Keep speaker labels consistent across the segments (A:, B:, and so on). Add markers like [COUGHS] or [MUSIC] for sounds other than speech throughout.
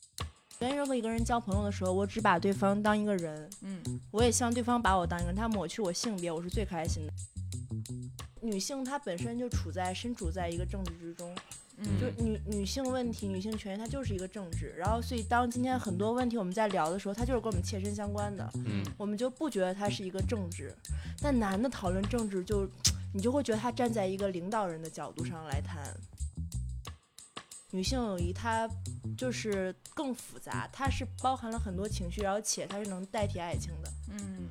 A: 原先跟一个人交朋友的时候，我只把对方当一个人，
B: 嗯，
A: 我也希望对方把我当一个人，他抹去我性别，我是最开心的。女性她本身就处在身处在一个政治之中，
B: 嗯，
A: 就
B: 就
A: 女女性问题、女性权益，它就是一个政治。然后，所以当今天很多问题我们在聊的时候，它就是跟我们切身相关的，
C: 嗯，
A: 我们就不觉得它是一个政治。但男的讨论政治就，你就会觉得他站在一个领导人的角度上来谈。女性友谊它就是更复杂，它是包含了很多情绪，然后且它是能代替爱情的。
B: 嗯，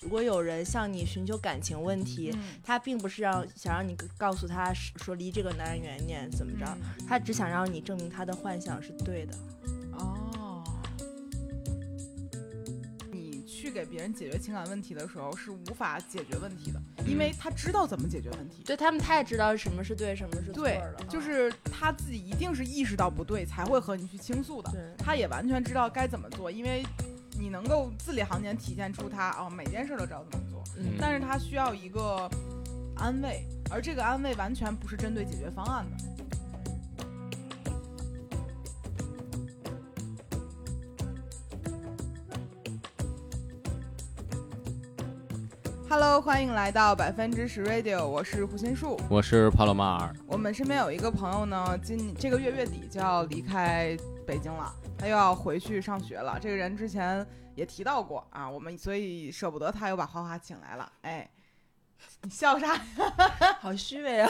A: 如果有人向你寻求感情问题，他并不是让想让你告诉他是说离这个男人远一点怎么着，他只想让你证明他的幻想是对的。
B: 哦，你去给别人解决情感问题的时候是无法解决问题的，因为他知道怎么解决问题。
A: 对他们太知道什么是对，什么是错
B: 对
A: 了，，
B: 就是他自己一定是意识到不对，才会和你去倾诉的。
A: 对
B: 他也完全知道该怎么做，因为你能够字里行间体现出他哦，每件事都知道怎么做，
A: 嗯
B: 但是他需要一个安慰，而这个安慰完全不是针对解决方案的。Hello，欢迎来到百分之十 Radio，我是胡心树。
C: 我是帕洛马尔，
B: 我们身边有一个朋友呢，今这个月月底就要离开北京了，他又要回去上学了。这个人之前也提到过啊，我们所以舍不得他，又把花花请来了。哎，你笑啥？
A: 好虚伪哦。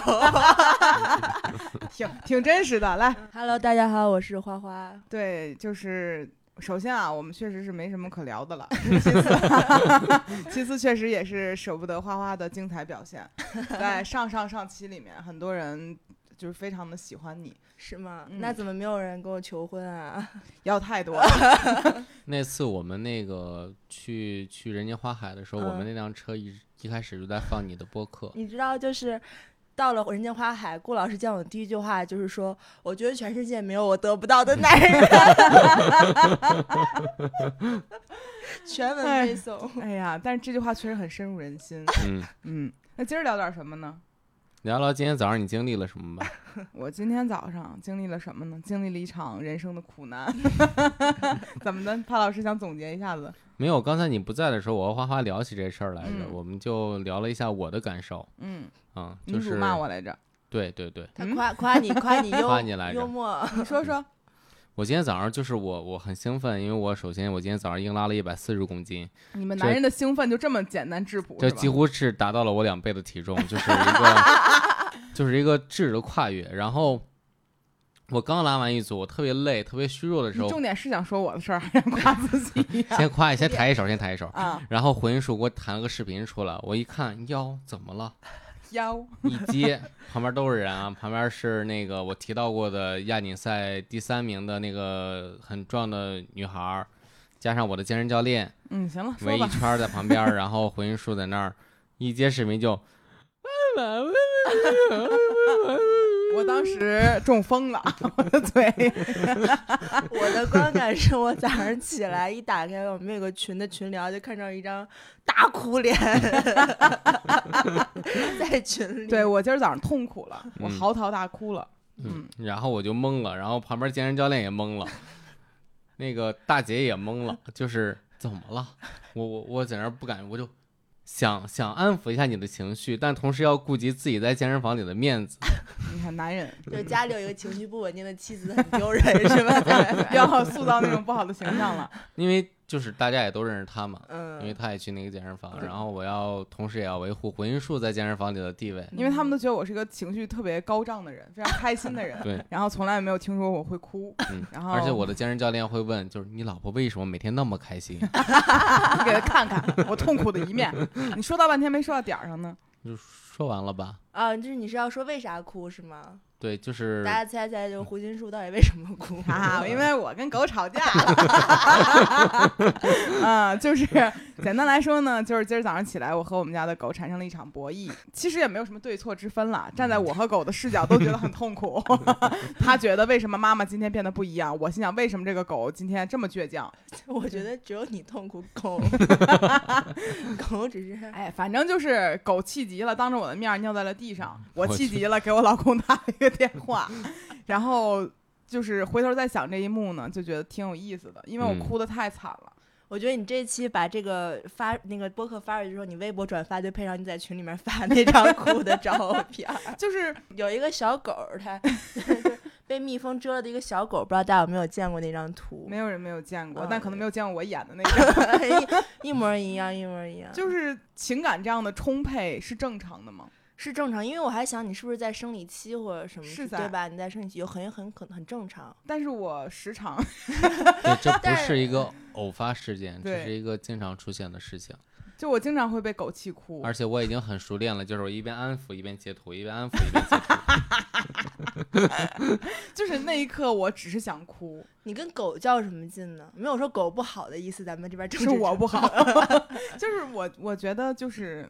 B: 挺挺真实的。来，
A: Hello，大家好，我是花花。
B: 对，就是首先啊，我们确实是没什么可聊的了。 [LAUGHS] 其次，其次确实也是舍不得花花的精彩表现，在上上上期里面，很多人就是非常的喜欢你，
A: 是吗？
B: 嗯
A: 那怎么没有人跟我求婚啊？ [LAUGHS]
B: 要太多了。
C: 那次我们那个去去人间花海的时候，
A: 嗯，
C: 我们那辆车一一开始就在放你的播客
A: 你知道，就是到了人间花海，顾老师见我的第一句话就是说：“我觉得全世界没有我得不到的男人。” [LAUGHS] 全文背诵。
B: [LAUGHS] 哎呀，但是这句话确实很深入人心。
C: 嗯，
B: [LAUGHS] 嗯，那今儿聊点什么呢？
C: 聊聊今天早上你经历了什
B: [LAUGHS]
C: 么吧。
B: 我今天早上经历了什么呢？经历了一场人生的苦难。 [LAUGHS] 怎么的？潘老师想总结一下子。
C: 没有，刚才你不在的时候，我和花花聊起这事儿来着，
B: 嗯
C: 我们就聊了一下我的感受，
B: 嗯，
C: 啊、
B: 你
C: 就是
B: 辱骂我来着，
C: 对对对，
A: 他
B: 嗯
A: 夸夸你，夸你幽
C: 夸你来着
A: 幽默，
B: 你说
C: [LAUGHS]
B: 说。
C: 我今天早上就是我我很兴奋，因为我首先我今天早上硬拉了一百四十公斤，
B: 你们
C: 这
B: 男人的兴奋就这么简单质朴，
C: 这
B: 是吧
C: 几乎是达到了我两倍的体重，就是一
B: [LAUGHS]
C: 个就是一个质的跨越。然后我刚拉完一组，我特别累、特别虚弱的时
B: 你
C: 候，
B: 重点是想说我的事儿，还是夸自己呀、
C: 先夸一，先抬一手，先抬一手。
B: 啊？
C: [LAUGHS] 然后回音树给我弹了个视频出来，我一看腰怎么了？
B: 腰，
C: 一接旁边都是人啊，旁边是那个我提到过的亚锦赛第三名的那个很壮的女孩儿，加上我的健身教练，
B: 嗯，行了，说
C: 围一
B: 吧。
C: 圈儿在旁边儿，然后回音树在那儿一接视频就。
B: 我当时中风了， [LAUGHS] 我的嘴。
A: [LAUGHS] 我的观感是我早上起来一打开我们有个群的群聊，就看到一张大哭脸 [LAUGHS] 在群里。
B: 对我今儿早上痛苦了，我
C: 嗯
B: 嚎啕大哭了。嗯
C: 嗯，然后我就懵了，然后旁边健身教练也懵了，那个大姐也懵了，就是怎么了？我我我在那儿不敢，我就想想安抚一下你的情绪，但同时要顾及自己在健身房里的面子。
B: 你看男人，
C: [LAUGHS]
A: 就家里有一个情绪不稳定的妻子，很丢人，
B: [LAUGHS]
A: 是吧？
B: 要塑造那种不好的形象了。
C: 因为就是大家也都认识他嘛，因为
A: 嗯，
C: 他也去那个健身房，
B: 对
C: 然后我要同时也要维护回音树在健身房里的地位。
B: 因为他们都觉得我是一个情绪特别高涨的人，非常开心的人。
C: 对，
B: 然后从来没有听说我会哭，
C: 嗯，
B: 然后
C: 而且我的健身教练会问，就是你老婆为什么每天那么开心？
B: 你给他看看我痛苦的一面。你说到半天没说到点儿上呢，
C: 就说完了吧？
A: 啊，就是你是要说为啥哭是吗？
C: 对，就是嗯
A: 大家猜猜，就胡金树到底为什么哭？
B: 哈
C: [LAUGHS]
B: 哈，因为我跟狗吵架了。啊，就是简单来说呢，就是今儿早上起来，我和我们家的狗产生了一场博弈。其实也没有什么对错之分啦，站在我和狗的视角都觉得很痛
C: [LAUGHS]
B: 苦。他觉得为什么妈妈今天变得不一样？我心想为什么这个狗今天这么倔强？
A: [LAUGHS] 我觉得只有你痛苦， [LAUGHS] 狗狗只是
B: 哎，反正就是狗气急了，当着我的面儿尿在了地上。我
C: [LAUGHS] 我
B: 气
C: 去
B: 急了，给我老公打了一个电话，然后就是回头再想这一幕呢，就觉得挺有意思的，因为我
C: 嗯
B: 哭的太惨了。
A: 我觉得你这期把这个发那个播客发出去之后，你微博转发就配上你在群里面 [LAUGHS] 发那张哭的照片儿。
B: 就是
A: 有一个小狗儿， [LAUGHS] 它被蜜蜂蛰了的一个小狗，不知道大家有没有见过那张图
B: 没？有人没有见过，
A: 嗯
B: 但可能没有见过我演的那个。
A: [LAUGHS] 一模一样，一模一样，
B: 就是情感这样的充沛是正常的吗？
A: 是正常。因为我还想你是不是在生理期或者什么，
B: 是在
A: 对吧？你在生理期有很很很很正常。
B: 但是我时常
C: [LAUGHS] 对，这不
A: 但
C: 是一个偶发事件，这
B: 对
C: 是一个经常出现的事情。
B: 就我经常会被狗气哭
C: 而，且我已经很熟练了，就是我一边安抚一边截图，一边安抚一边截图。
B: 就是那一刻我只是
A: [LAUGHS]
B: 想哭，
A: 你跟狗较什么劲呢？没有说狗不好的意思，咱们这边政
B: 是
A: 治
B: 我
A: 正
B: 不好， [LAUGHS] 就是我我觉得就是，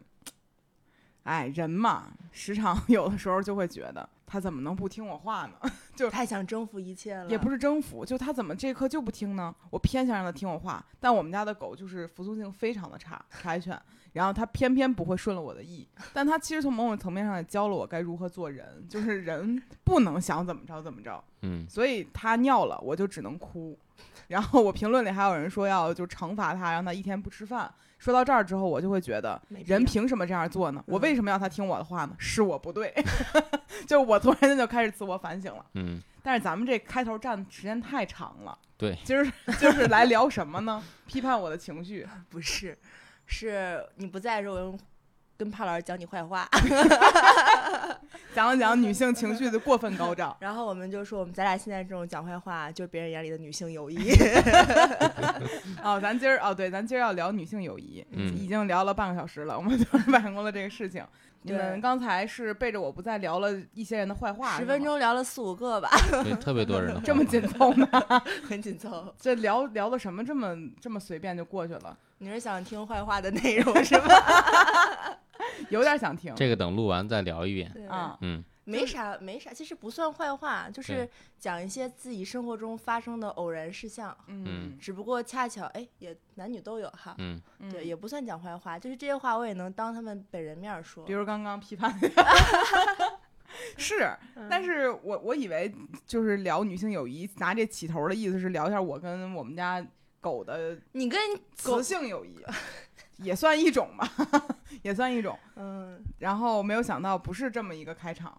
B: 哎，人嘛，时常 [LAUGHS] 有的时候就会觉得他怎么能不听我话呢？
A: 太想征服一切了，
B: 也不是征服，就他怎么这一刻就不听呢？我偏想让他听我话，但我们家的狗就是服从性非常的差，柴犬，然后它偏偏不会顺了我的意，但它其实从某种层面上也教了我该如何做人，就是人不能想怎么着怎么着，
C: 嗯，
B: 所以它尿了我就只能哭，然后我评论里还有人说要就惩罚它，让它一天不吃饭。说到这儿之后，我就会觉得
A: 没必
B: 人
A: 要
B: 凭什么这样做呢？我
A: 嗯
B: 为什么要他听我的话呢？是我不对， [LAUGHS] 就我突然间就开始自我反省了。
C: 嗯，
B: 但是咱们这开头站的时间太长了，
C: 对，
B: 今儿就是来聊什么呢？批判我的情绪，
A: 不是，是你不在的时候，我用跟帕老师讲你坏话， [LAUGHS]
B: 讲了讲女性情绪的过分高涨。
A: 然后我们就说我们咱俩现在这种讲坏话，就是别人眼里的女性友谊。
B: 哦，咱今儿哦，对，咱今儿要聊女性友谊，
C: 嗯
B: 已经聊了半个小时了，我们就 [LAUGHS] 办公了这个事情。你
A: 对
B: 们刚才是背着我不再聊了一些人的坏话，
A: 十
B: 是吗
A: 分，钟聊了四五个吧， [LAUGHS]
C: 对，特别多人的
B: [LAUGHS] 这
C: 话
B: 么紧凑呢？
A: 很紧凑。
B: 这聊聊的什么这么这么随便就过去了？
A: 你是想听坏话的内容是
B: [LAUGHS]
A: 吧？
B: 有点想听
C: 这个等录完再聊
A: [LAUGHS]
C: 一遍。
A: 对
B: 啊，
C: 嗯，
A: 没啥，没啥，其实不算坏话，就是讲一些自己生活中发生的偶然事项，
B: 嗯
A: 只不过恰巧哎，也男女都有哈。
C: 嗯，
B: 嗯，
A: 对，也不算讲坏话，就是这些话我也能当他们本人面儿说
B: 比。如刚刚
A: [LAUGHS]
B: 批判。是，但
A: 嗯
B: 是我我以为就是聊女性友谊，拿这起头的意思是聊一下我跟我们家狗的
A: 嗯你跟狗
B: 雌，性友谊，也算一种吧， [LAUGHS] 也算一种。
A: 嗯，
B: 然后没有想到不是这么一个开场，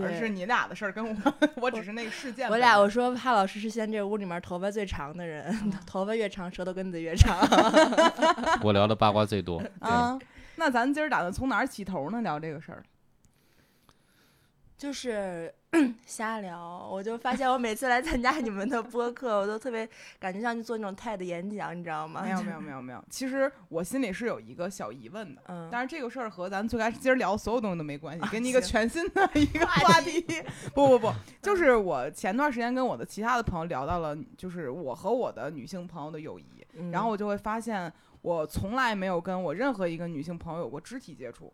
B: 而
A: 对，
B: 是你俩的事儿
A: [LAUGHS]
B: 跟我，我只是那个事件
A: 我
B: 本
A: 俩
B: 人
A: 我说帕老师是现在这屋里面头发最长的人，
B: 嗯
A: 头发越长，舌头根子越
B: [LAUGHS]
A: 长。
C: 我聊的八卦最多。
A: 嗯
C: 对，
B: 啊。那咱今儿打算从哪儿起头呢？聊这个事儿，
A: 就是 [COUGHS] 瞎聊，我就发现我每次来参加你们的播客，我都特别感觉像去做那种 TED 演讲，你知道吗？
B: 没有没有没有没有。其实我心里是有一个小疑问的，
A: [LAUGHS] 嗯，
B: 但是这个事儿和咱最开始今儿聊的所有东西都没关系
A: 啊，
B: 给你一个
A: 行嗯
B: 全新
A: [LAUGHS]
B: 的一个话题。不不不，就是我前段时间跟我的其他的朋友聊到了，就是我和我的女性朋友的友谊，
A: 嗯
B: 然后我就会发现，我从来没有跟我任何一个女性朋友有过肢体接触。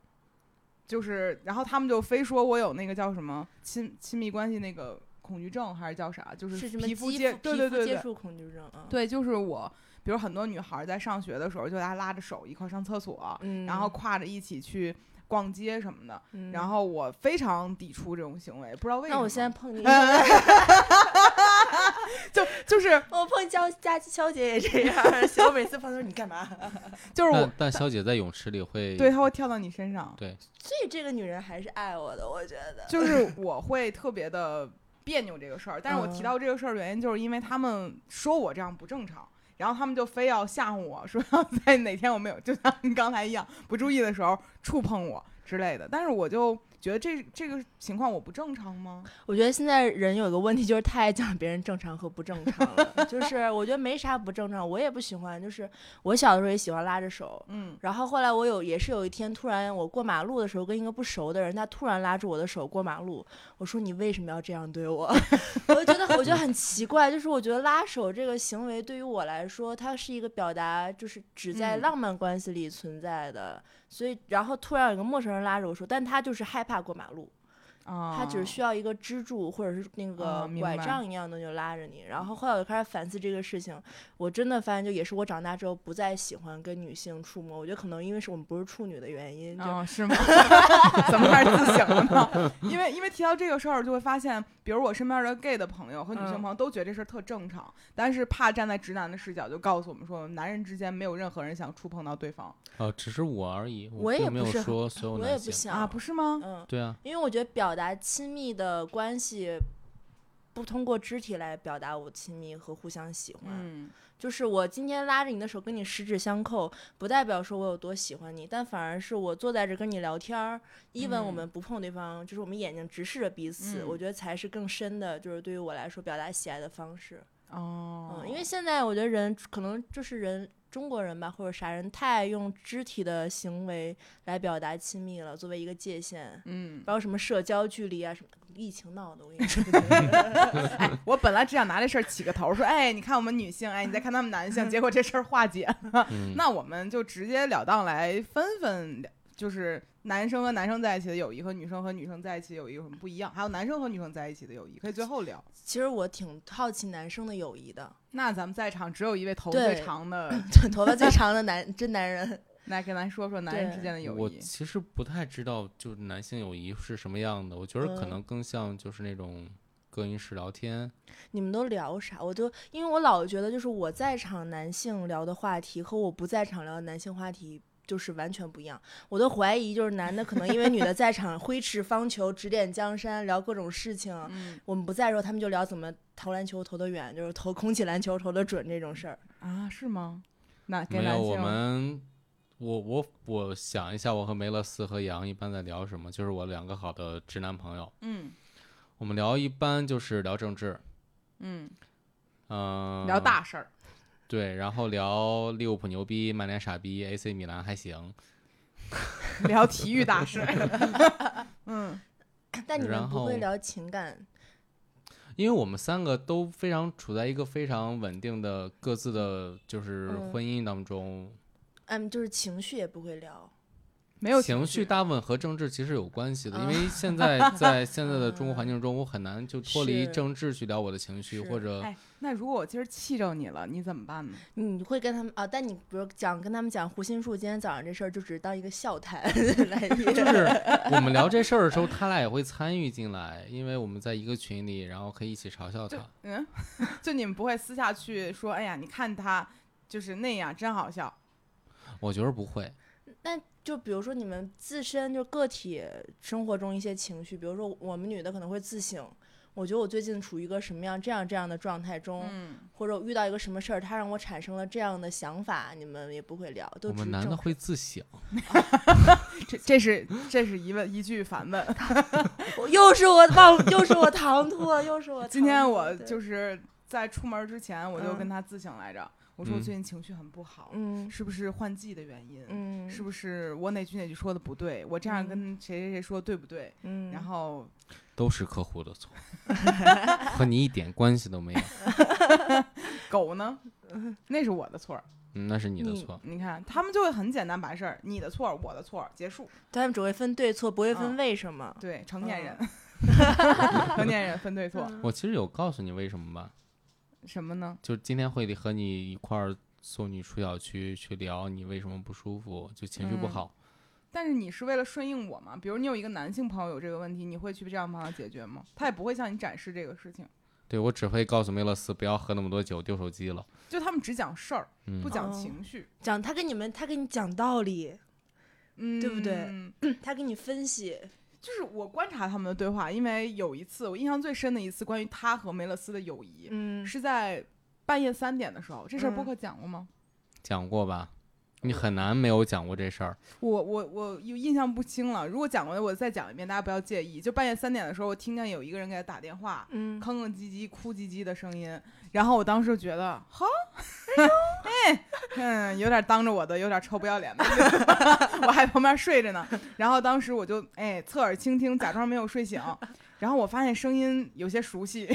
B: 就是，然后他们就非说我有那个叫什么亲亲密关系那个恐惧症，还是叫啥？就是
A: 是什么
B: 皮肤
A: 肌
B: 接，对
A: 皮
B: 对
A: 肤
B: 对对
A: 接，触恐惧症啊？，
B: 对，就是我，比如很多女孩儿在上学的时候，就大家拉着手一块儿上厕所，
A: 嗯，
B: 然后挎着一起去逛街什么的。
A: 嗯，
B: 然后我非常抵触这种行为，不知道为什么。
A: 那我现在碰你，
B: [LAUGHS] 就就是
A: 我碰娇佳肖姐也这样，所以我每次碰她说你干嘛？ [LAUGHS]
B: 就是我
C: 但但小姐在泳池里会
B: 对他会跳到你身上，
C: 对
A: 所以这个女人还是爱我的，我觉得。
B: 就是我会特别的别扭这个事儿。但是我提
A: 嗯
B: 到这个事儿，原因就是因为他们说我这样不正常。然后他们就非要吓唬我说要在哪天我没有，就像你刚才一样不注意的时候触碰我之类的。但是我就觉得这这个情况我不正常吗？
A: 我觉得现在人有个问题，就是太爱讲别人正常和不正常了。就是我觉得没啥不正常，我也不喜欢。就是我小的时候也喜欢拉着手，
B: 嗯
A: 然后后来我有也是有一天，突然我过马路的时候跟一个不熟的人，他突然拉住我的手过马路，我说你为什么要这样对我？
B: [LAUGHS]
A: 我就觉得我觉得很奇怪，就是我觉得拉手这个行为对于我来说，它是一个表达，就是只在
B: 嗯
A: 浪漫关系里存在的。所以，然后突然有一个陌生人拉着我说，但他就是害怕过马路。
B: 啊，
A: 他只是需要一个支柱或者是那
B: 啊
A: 个
B: 明
A: 拐
B: 白
A: 杖一样的就拉着你。然后后来我就开始反思这个事情，我真的发现，就也是我长大之后不再喜欢跟女性触摸。我觉得可能因为是我们不是处女的原因，就、
B: 哦， [LAUGHS] 是吗？怎么开始自省了呢？因为因为提到这个事儿，就会发现，比如我身边的 gay 的朋友和女性
A: 嗯
B: 朋友都觉得这事儿特正常，但是怕站在直男的视角，就告诉我们说，男人之间没有任何人想触碰到对方
C: 哦，只是我而已，
A: 我也
C: 并没有
A: 不是
C: 说所有
A: 我也
C: 男
A: 不
C: 性。
A: 想
B: 啊，不是吗？
A: 嗯，
C: 对啊，
A: 因为我觉得表达亲密的关系，不通过肢体来表达我亲密和互相喜欢。
B: 嗯，
A: 就是我今天拉着你的手跟你十指相扣，不代表说我有多喜欢你，但反而是我坐在这跟你聊天儿，even
B: 嗯
A: 我们不碰对方，就是我们眼睛直视着彼此，
B: 嗯
A: 我觉得才是更深的，就是对于我来说表达喜爱的方式。
B: 哦，
A: 嗯，因为现在我觉得人可能就是人中国人吧，或者啥人太爱用肢体的行为来表达亲密了，作为一个界限。
B: 嗯，
A: 包括什么社交距离啊，什么疫情闹的，我跟你说， [LAUGHS]
B: 哎，我本来只想拿这事儿起个头，说，哎，你看我们女性，哎，你再看他们男 [LAUGHS] 性，结果这事儿化解
C: 嗯，
B: 那我们就直截了当来分分，就是男生和男生在一起的友谊和女生和女生在一起的友谊有什么不一样，还有男生和女生在一起的友谊，可以最后聊。
C: 嗯
A: 其实我挺好奇男生的友谊的， [LAUGHS]
B: 那咱们在场只有一位头
A: 对
C: [LAUGHS]
B: 最长的，
A: 头发最长的男真男人，
B: 来跟咱说说男人
A: 对
B: 之间的友
C: 我
B: 谊。
C: 其实不太知道，就是男性友谊是什么样的。我觉得可
A: 嗯
C: 能更像就是那种更衣室聊天，
A: 你们都聊啥？我就因为我老觉得，就是我在场男性聊的话题和我不在场聊的男性话题就是完全不一样。我都怀疑，就是男的可能因为女的在场 [LAUGHS] 挥斥方遒、指点江山，聊各种事情；
B: 嗯
A: 我们不在的时候，他们就聊怎么投篮球投得远，就是投空气篮球投得准这种事儿。
B: 啊，是吗？那给
C: 没
B: 男
C: 有
B: 性
C: 我们。我我我想一下，我和梅勒斯和杨一般在聊什么？就是我两个好的直男朋友，
B: 嗯
C: 我们聊一般就是聊政治，
B: 嗯，
C: 嗯、
B: 聊大事儿，
C: 对，然后聊利物浦牛逼，曼联傻逼，AC 米兰还行，啊
B: [LAUGHS] 聊体育大事儿。 [LAUGHS] 嗯
A: 但你们
C: 然
A: 不会
C: 后
A: 聊情感，
C: 因为我们三个都非常处在一个非常稳定的各自的，就是
A: 嗯
C: 婚姻当中，
A: 嗯，就是情绪也不会聊。
B: 没有
C: 情
B: 绪
C: 绪大部分和政治其实有关系的，因
A: 啊
C: 为现在
B: [LAUGHS]
C: 在现在的中国环境中，我很难就脱离
A: 是
C: 政治去聊我的情绪，
A: 是
C: 或者
B: 哎，那如果我今儿气着你了，你怎么办呢？
A: 你会跟他们啊？但你比如讲跟他们讲胡心树今天早上这事儿，就只是当一个笑谈 [LAUGHS] 来，
C: [LAUGHS] 就是我们聊这事儿的时候，他俩也会参与进来，因为我们在一个群里，然后可以一起嘲笑
B: 就
C: 他。
B: 嗯， [LAUGHS] 就你们不会私下去说，哎呀，你看他就是那样，真好笑。
C: 我觉得不会，
A: 那就比如说你们自身就个体生活中一些情绪，比如说我们女的可能会自省，我觉得我最近处于一个什么样这样这样的状态中，
B: 嗯，
A: 或者我遇到一个什么事儿，它让我产生了这样的想法，你们也不会聊，都
C: 我
A: 只是
C: 们男的
A: 正
C: 会自省，
B: 这这是这是一问一句反问。
A: 我又是我忘，又是我唐突了，又是我唐突了。
B: 今天我
A: 对
B: 就是在出门之前，我就
A: 嗯
B: 跟他自省来着，我说我
C: 嗯
B: 最近情绪很不好，
A: 嗯
B: 是不是换季的原因？
A: 嗯
B: 是不是我哪句哪句说的不对？我这样
A: 嗯
B: 跟谁谁谁说对不对？
A: 嗯，
B: 然后
C: 都是客户的错，和你一点关系都没有，
B: 狗呢？那是我的错儿。
C: 嗯那是你的
A: 你
C: 错。
B: 你看，他们就会很简单把事儿，你的错儿，我的错儿，结束。
A: 他们只会分对错，不会分
B: 嗯
A: 为什么。
B: 对，成年人，
A: 嗯
B: [LAUGHS] 成年人分对错，
C: 我其实有告诉你为什么吧，
B: 什么呢？
C: 就是今天会和你一块儿送你出小区去聊你为什么不舒服，就情绪不
B: 嗯
C: 好。
B: 但是你是为了顺应我嘛？比如你有一个男性朋友有这个问题，你会去这样帮他解决吗？他也不会向你展示这个事情，
C: 对我只会告诉梅勒斯不要喝那么多酒，丢手机了。
B: 就他们只讲事儿，
C: 嗯
B: 不，讲
A: 哦
B: 情绪，
A: 讲他跟你们，他跟你讲道理，
B: 嗯，
A: 对不对他给你分析，
B: 就是我观察他们的对话，因为有一次我印象最深的一次关于他和梅勒斯的友谊，
A: 嗯，
B: 是在半夜三点的时候，这事儿
A: 嗯
B: 播客讲过吗？
C: 讲过吧？你很难没有讲过这事儿。
B: 我我我有印象不清了，如果讲过的我再讲一遍，大家不要介意。就半夜三点的时候，我听见有一个人给他打电话，
A: 嗯，
B: 吭吭唧唧、哭唧唧的声音，然后我当时就觉得，哈，哎呦，哎，嗯，有点当着我的，有点臭不要脸的意 [LAUGHS] 思，我还旁边睡着呢。然后当时我就哎侧耳倾听，假装没有睡醒。然后我发现声音有些熟悉，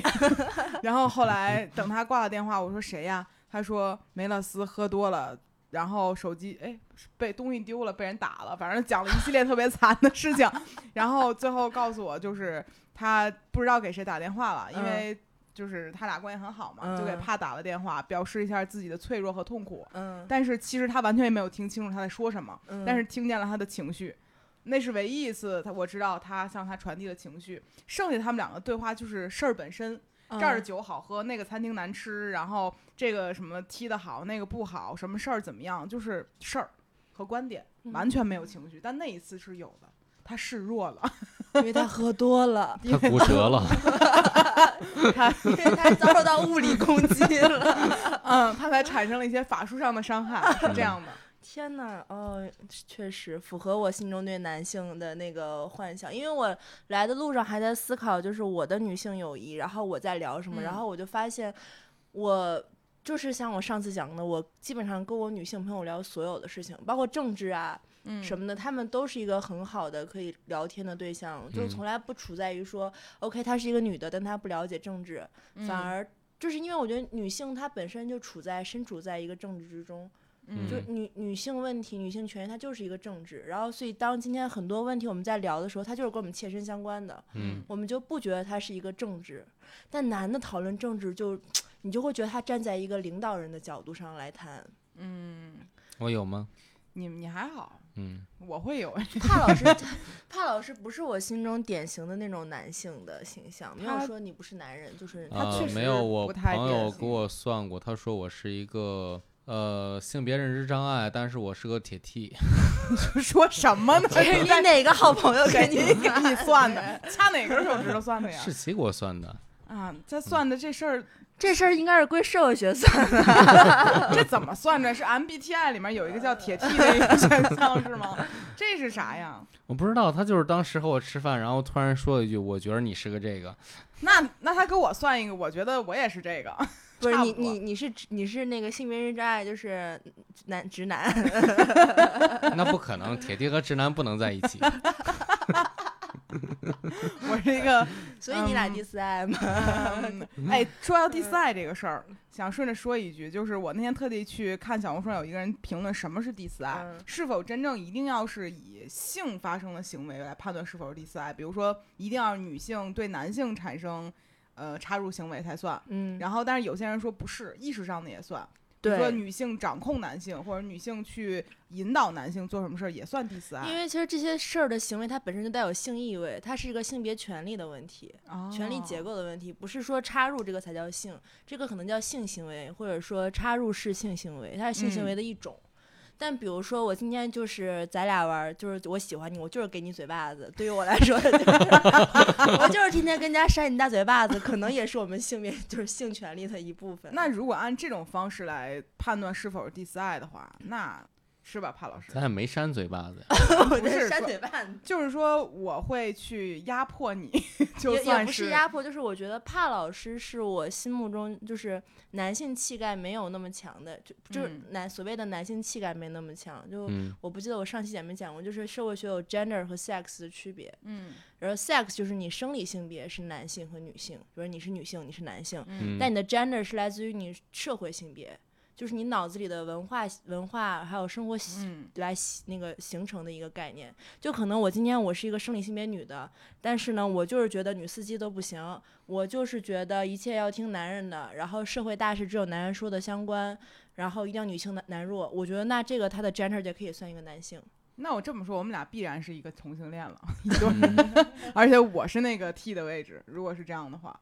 B: 然后后来等他挂了电话，我说谁呀？他说梅勒斯喝多了。然后手机哎被东西丢了，被人打了，反正讲了一系列特别惨的事情， [LAUGHS] 然后最后告诉我就是他不知道给谁打电话了，因为就是他俩关系很好嘛，就给
A: 嗯
B: 帕打了电话，表示一下自己的脆弱和痛苦。
A: 嗯，
B: 但是其实他完全也没有听清楚他在说什么，
A: 嗯
B: 但是听见了他的情绪，那是唯一一次他我知道他向他传递了情绪。剩下他们两个对话就是事儿本身，
A: 嗯
B: 这儿的酒好喝，那个餐厅难吃，然后这个什么踢得好，那个不好，什么事儿怎么样，就是事儿和观点，
A: 嗯
B: 完全没有情绪。但那一次是有的，他示弱
A: [LAUGHS]
B: 了，
A: 因为他喝多 [LAUGHS] 了，
C: 他骨折了，
A: 因为他遭受到物理攻击了。
B: [LAUGHS] 嗯，他才产生了一些法术上的
A: [LAUGHS]
B: 伤害，是这样的。
A: 天哪，哦，确实符合我心中对男性的那个幻想，因为我来的路上还在思考，就是我的女性友谊，然后我在聊什么，
B: 嗯
A: 然后我就发现我。就是像我上次讲的，我基本上跟我女性朋友聊所有的事情，包括政治啊，
B: 嗯
A: 什么的，他们都是一个很好的可以聊天的对象，就
C: 嗯
A: 从来不处在于说，OK，她是一个女的，但她不了解政治，
B: 嗯
A: 反而就是因为我觉得女性她本身就处在身处在一个政治之中，
B: 嗯
A: 就女女性问题、女性权益它就是一个政治，然后所以当今天很多问题我们在聊的时候，它就是跟我们切身相关的，
C: 嗯，
A: 我们就不觉得它是一个政治，但男的讨论政治就你就会觉得他站在一个领导人的角度上来谈，
B: 嗯，
C: 我有吗？
B: 你你还好，
C: 嗯，
B: 我会有，
A: [LAUGHS]
B: [LAUGHS]
A: 帕老师，帕老师不是我心中典型的那种男性的形象，没有
B: 他
A: 说你不是男人，就是
B: 他
C: 啊
B: 确，实
C: 没有，我
B: 不太
C: 朋友
B: 典
C: 给
B: 型
C: 我算过，他说我是一个呃性别认知障碍，但是我是个铁 T，
B: 说什么
A: [LAUGHS]
B: 呢？ [LAUGHS]
A: 这是你哪个好朋友给
B: 给
A: 你
B: 你给你
A: [LAUGHS]
B: 算的，掐哪根手指头算的呀？
C: [LAUGHS] 是谁给我算的？
B: 啊，这算的这事儿，
A: 这事儿应该是归社会学算的，
B: 这怎么算着？是 MBTI 里面有一个叫铁 T 的一个选项是吗？这是啥呀？
C: 我不知道，他就是当时和我吃饭，然后突然说了一句：“我觉得你是个这个。 [LAUGHS]
B: 那那他给我算一个，我觉得我也是这个。 [LAUGHS]
A: 不是
B: 差
A: 你
B: 不多
A: 你你是你是那个性别认知障碍，就是男直男，” [LAUGHS]
C: 那不可能，铁 T 和直男不能在一起。
B: 我是一个，
A: 所以你俩
B: 嗯
A: D 四 I 嘛，
B: 嗯哎，说到第四爱这个事儿，想顺着说一句，就是我那天特地去看小红书上有一个人评论什么是第四爱，
A: 嗯
B: 是否真正一定要是以性发生的行为来判断是否是第四爱，比如说一定要女性对男性产生呃插入行为才算。
A: 嗯，
B: 然后，但是有些人说不是，意识上的也算，比如说
A: 对。
B: 女性掌控男性，或者女性去引导男性做什么事儿，也算第四
A: 因
B: 爱。
A: 为其实这些事儿的行为，它本身就带有性意味，它是一个性别权利的问题。
B: 哦
A: 权力结构的问题，不是说插入这个才叫性，这个可能叫性行为，或者说插入式性行为，它是性
B: 嗯
A: 行为的一种。但比如说，我今天就是咱俩玩儿，就是我喜欢你，我就是给你嘴巴子。对于我来
B: [LAUGHS]
A: 说，就是我就是天天跟人家扇你大嘴巴子，可能也是我们性别就是性权利的一部分。
B: [LAUGHS] 那如果按这种方式来判断是否是第四爱的话，那是吧，帕老师？
C: 咱也没扇嘴巴子
B: 哦
C: 呀，
A: 我
B: 不
A: 的
B: 是
A: 扇
B: 说
A: 嘴巴子。
B: 就是说，我会去压迫你，就
A: 也也
B: 算
A: 不是
B: 是
A: 压迫，就是我觉得帕老师是我心目中就是男性气概没有那么强的，就就是
B: 嗯
A: 男、所谓的男性气概没那么强，就
C: 嗯，
A: 我不记得我上期讲没讲过，就是社会学有 gender 和 sex 的区别，
B: 嗯
A: 然后 sex 就是你生理性别是男性和女性，比如你是女性，你是男性，
B: 嗯
A: 但你的 gender 是来自于你社会性别，就是你脑子里的文化文化还有生活习
B: 嗯
A: 来形那个形成的一个概念。就可能我今天我是一个生理性别女的，但是呢，我就是觉得女司机都不行，我就是觉得一切要听男人的，然后社会大事只有男人说的相关，然后一定要女性男男弱。我觉得那这个他的 gender 就可以算一个男性。
B: 那我这么说，我们俩必然是一个同性恋了，一对儿， [LAUGHS] 而且我是那个 T 的位置。如果是这样的话，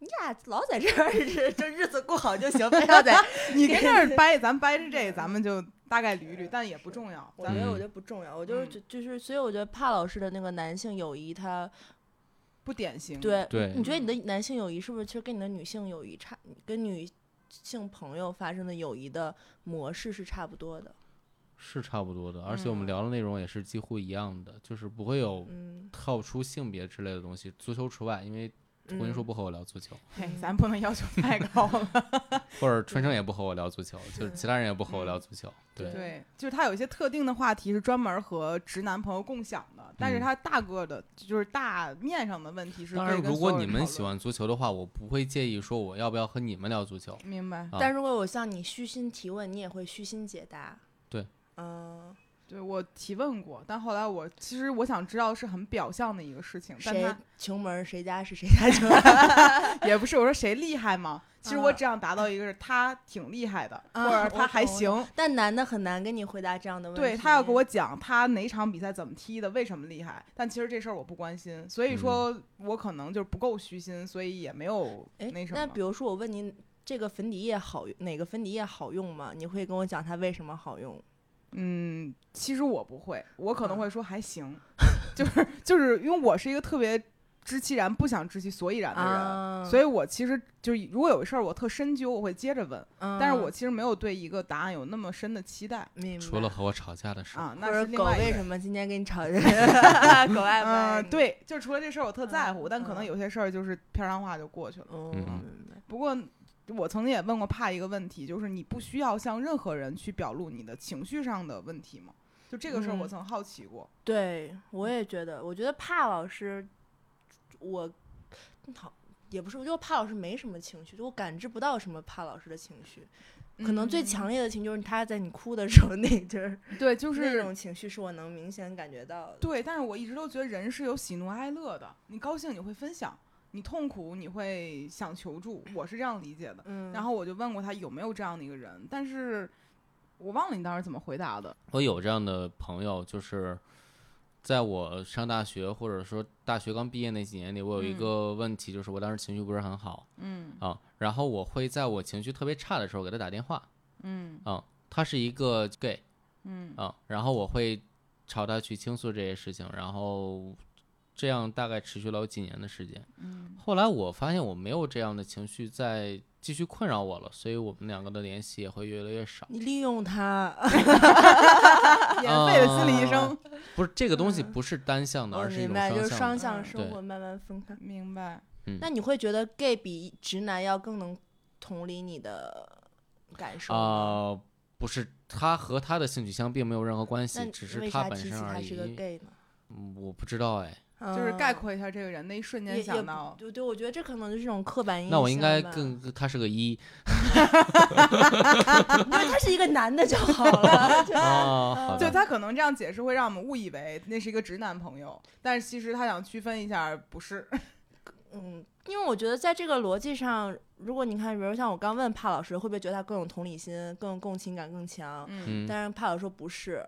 A: 你俩老在这儿这这日子过好就 [LAUGHS] 行，非要在。
B: 你跟
A: [LAUGHS]
B: 这儿掰，咱掰着这，咱们就大概捋一捋，但也不重要。
A: 我
B: 咱
A: 觉
B: 们
A: 得我觉得不重要，我就是
B: 嗯
A: 就就是，所以我觉得帕老师的那个男性友谊，他
B: 不典型。，
A: 对
C: 对
A: 你觉得你的男性友谊是不是其实跟你的女性友谊差，跟女性朋友发生的友谊的模式是差不多的？
C: 是差不多的，而且我们
B: 嗯
C: 聊的内容也是几乎一样的，就是不会有
A: 嗯，
C: 跳出性别之类的东西，足球除外，因为
A: 嗯
C: 胡云说不和我聊足球，
B: 嘿，哎咱不能要求太高
A: [LAUGHS]
B: 了。
C: 或者春生也不和我聊足球，就是其他人也不和我聊足球。
B: 嗯
C: 对，
B: 对，就是他有一些特定的话题是专门和直男朋友共享的，但是他大个的，就是大面上的问题是
C: 嗯当
B: 可以
C: 然
B: 跟
C: 如
B: 所有
C: 果
B: 人
C: 你们
B: 讨
C: 喜
B: 论
C: 欢足球的话，我不会介意说我要不要和你们聊足球。
B: 的，明白。
C: 啊
A: 但如果我向你虚心提问，你也会虚心解答。
C: 对，
A: 嗯，
B: 对我提问过，但后来我其实我想知道是很表象的一个事情，但
A: 谁
B: 他
A: 穷门儿谁家是谁家穷门儿 [LAUGHS]
B: 也不是我说谁厉害嘛。其实我
A: 啊
B: 只想达到一个是他挺厉害的，
A: 啊
B: 或者
A: 我
B: 他还
A: 懂我
B: 行，
A: 但男的很难跟你回答这样的问题。
B: 对他要给我讲他哪场比赛怎么踢的，为什么厉害。但其实这事儿我不关心，所以说我可能就是不够虚心，所以也没有
A: 哎，
B: 那什
A: 那
B: 么。
A: 比如说我问您，这个粉底液好用哪个粉底液好用吗？你会跟我讲它为什么好用？
B: 嗯，其实我不会，我可能
A: 啊
B: 会说还行， [LAUGHS] 就是就是因为我是一个特别知其然不想知其所以然的人。
A: 啊，
B: 所
A: 以，
B: 以我其实就是，如果有事儿我特深究，我会接着问。
A: 嗯
B: 但是我其实没有对一个答案有那么深的期待
A: 明白
C: 除了和我吵架的事儿，
B: 啊。
A: 或
B: 那是
A: 者
B: 另
A: 狗
B: 外一
A: 为
B: 个
A: 什么今天跟你
B: [LAUGHS]
A: 吵架？ [LAUGHS] 狗爱不爱
B: 嗯，
A: 你，
B: 对，就除了这事儿我特在乎，
A: 嗯
B: 但可
A: 嗯
B: 能有些事儿就是片儿上话就过去了。
A: 哦，
C: 嗯
A: 明白
B: 不过我曾经也问过帕一个问题，就是你不需要向任何人去表露你的情绪上的问题吗？就这个事儿，
A: 嗯
B: 我曾好奇过。
A: 对，我也觉得，我觉得帕老师，我好也不是，我觉得帕老师没什么情绪，就我感知不到什么帕老师的情绪，可能最
B: 嗯
A: 强烈的情绪就是他在你哭的时候 [LAUGHS] 那一阵儿，
B: 对，就
A: 那
B: 是
A: 种情绪是我能明显感觉到的。
B: 对，但是我一直都觉得人是有喜怒哀乐的，你高兴你会分享，你痛苦你会想求助，我是这样理解的。
A: 嗯，
B: 然后我就问过他有没有这样的一个人，但是我忘了你当时怎么回答的。
C: 我有这样的朋友，就是在我上大学或者说大学刚毕业那几年里，我有一
B: 嗯
C: 个问题，就是我当时情绪不是很好
B: 嗯
C: 啊，然后我会在我情绪特别差的时候给他打电话
B: 嗯
C: 啊，他是一个 gay
B: 嗯
C: 啊，然后我会朝他去倾诉这些事情，然后这样大概持续了有几年的时间。
B: [LAUGHS] 嗯
C: 后来我发现我没有这样的情绪再继续困扰我了，所以我们两个的联系也会越来越少。
A: 你利用他，
B: 免费的心理医
A: 啊
B: 生，
C: 呃不是这个东西不是单向的，
A: 我
C: 而是一
A: 明
C: 种
A: 白，就是
C: 向
A: 双
C: 的。
A: 向
B: 嗯
A: 生
C: 对
A: 活慢慢分开。
B: 明白。
A: 那你会觉得 gay 比直男要更能同理你的感受
C: 啊、
A: 吗？
C: 不是，他和他的性取向并没有任何关
A: 那
C: 系，
A: 你
C: 只是
A: 为
C: 他
A: 啥
C: 本
A: 提
C: 身
A: 起他
C: 而
A: 是个
C: 已。
A: gay 呢？
C: 嗯我不知道哎，
B: 就是概
A: 嗯
B: 括一下这个人，那一瞬
A: 也
B: 间
A: 也
B: 想
A: 不
B: 到，
A: 对对，我觉得这可能就是一种刻板印象吧。
C: 那我应该
A: [LAUGHS]
C: 更他是个一
A: 因为他是一个男的就好了。 [LAUGHS] 就
C: 啊，好
B: 就
C: 的，
B: 他可能这样解释会让我们误以为那是一个直男朋友，但是其实他想区分一下，不是。
A: 嗯，因为我觉得在这个逻辑上，如果你看，比如像我刚问帕老师，会不会觉得他更有同理心、更有共情感更强？
B: 嗯
C: 嗯，
A: 但是帕老师说不是。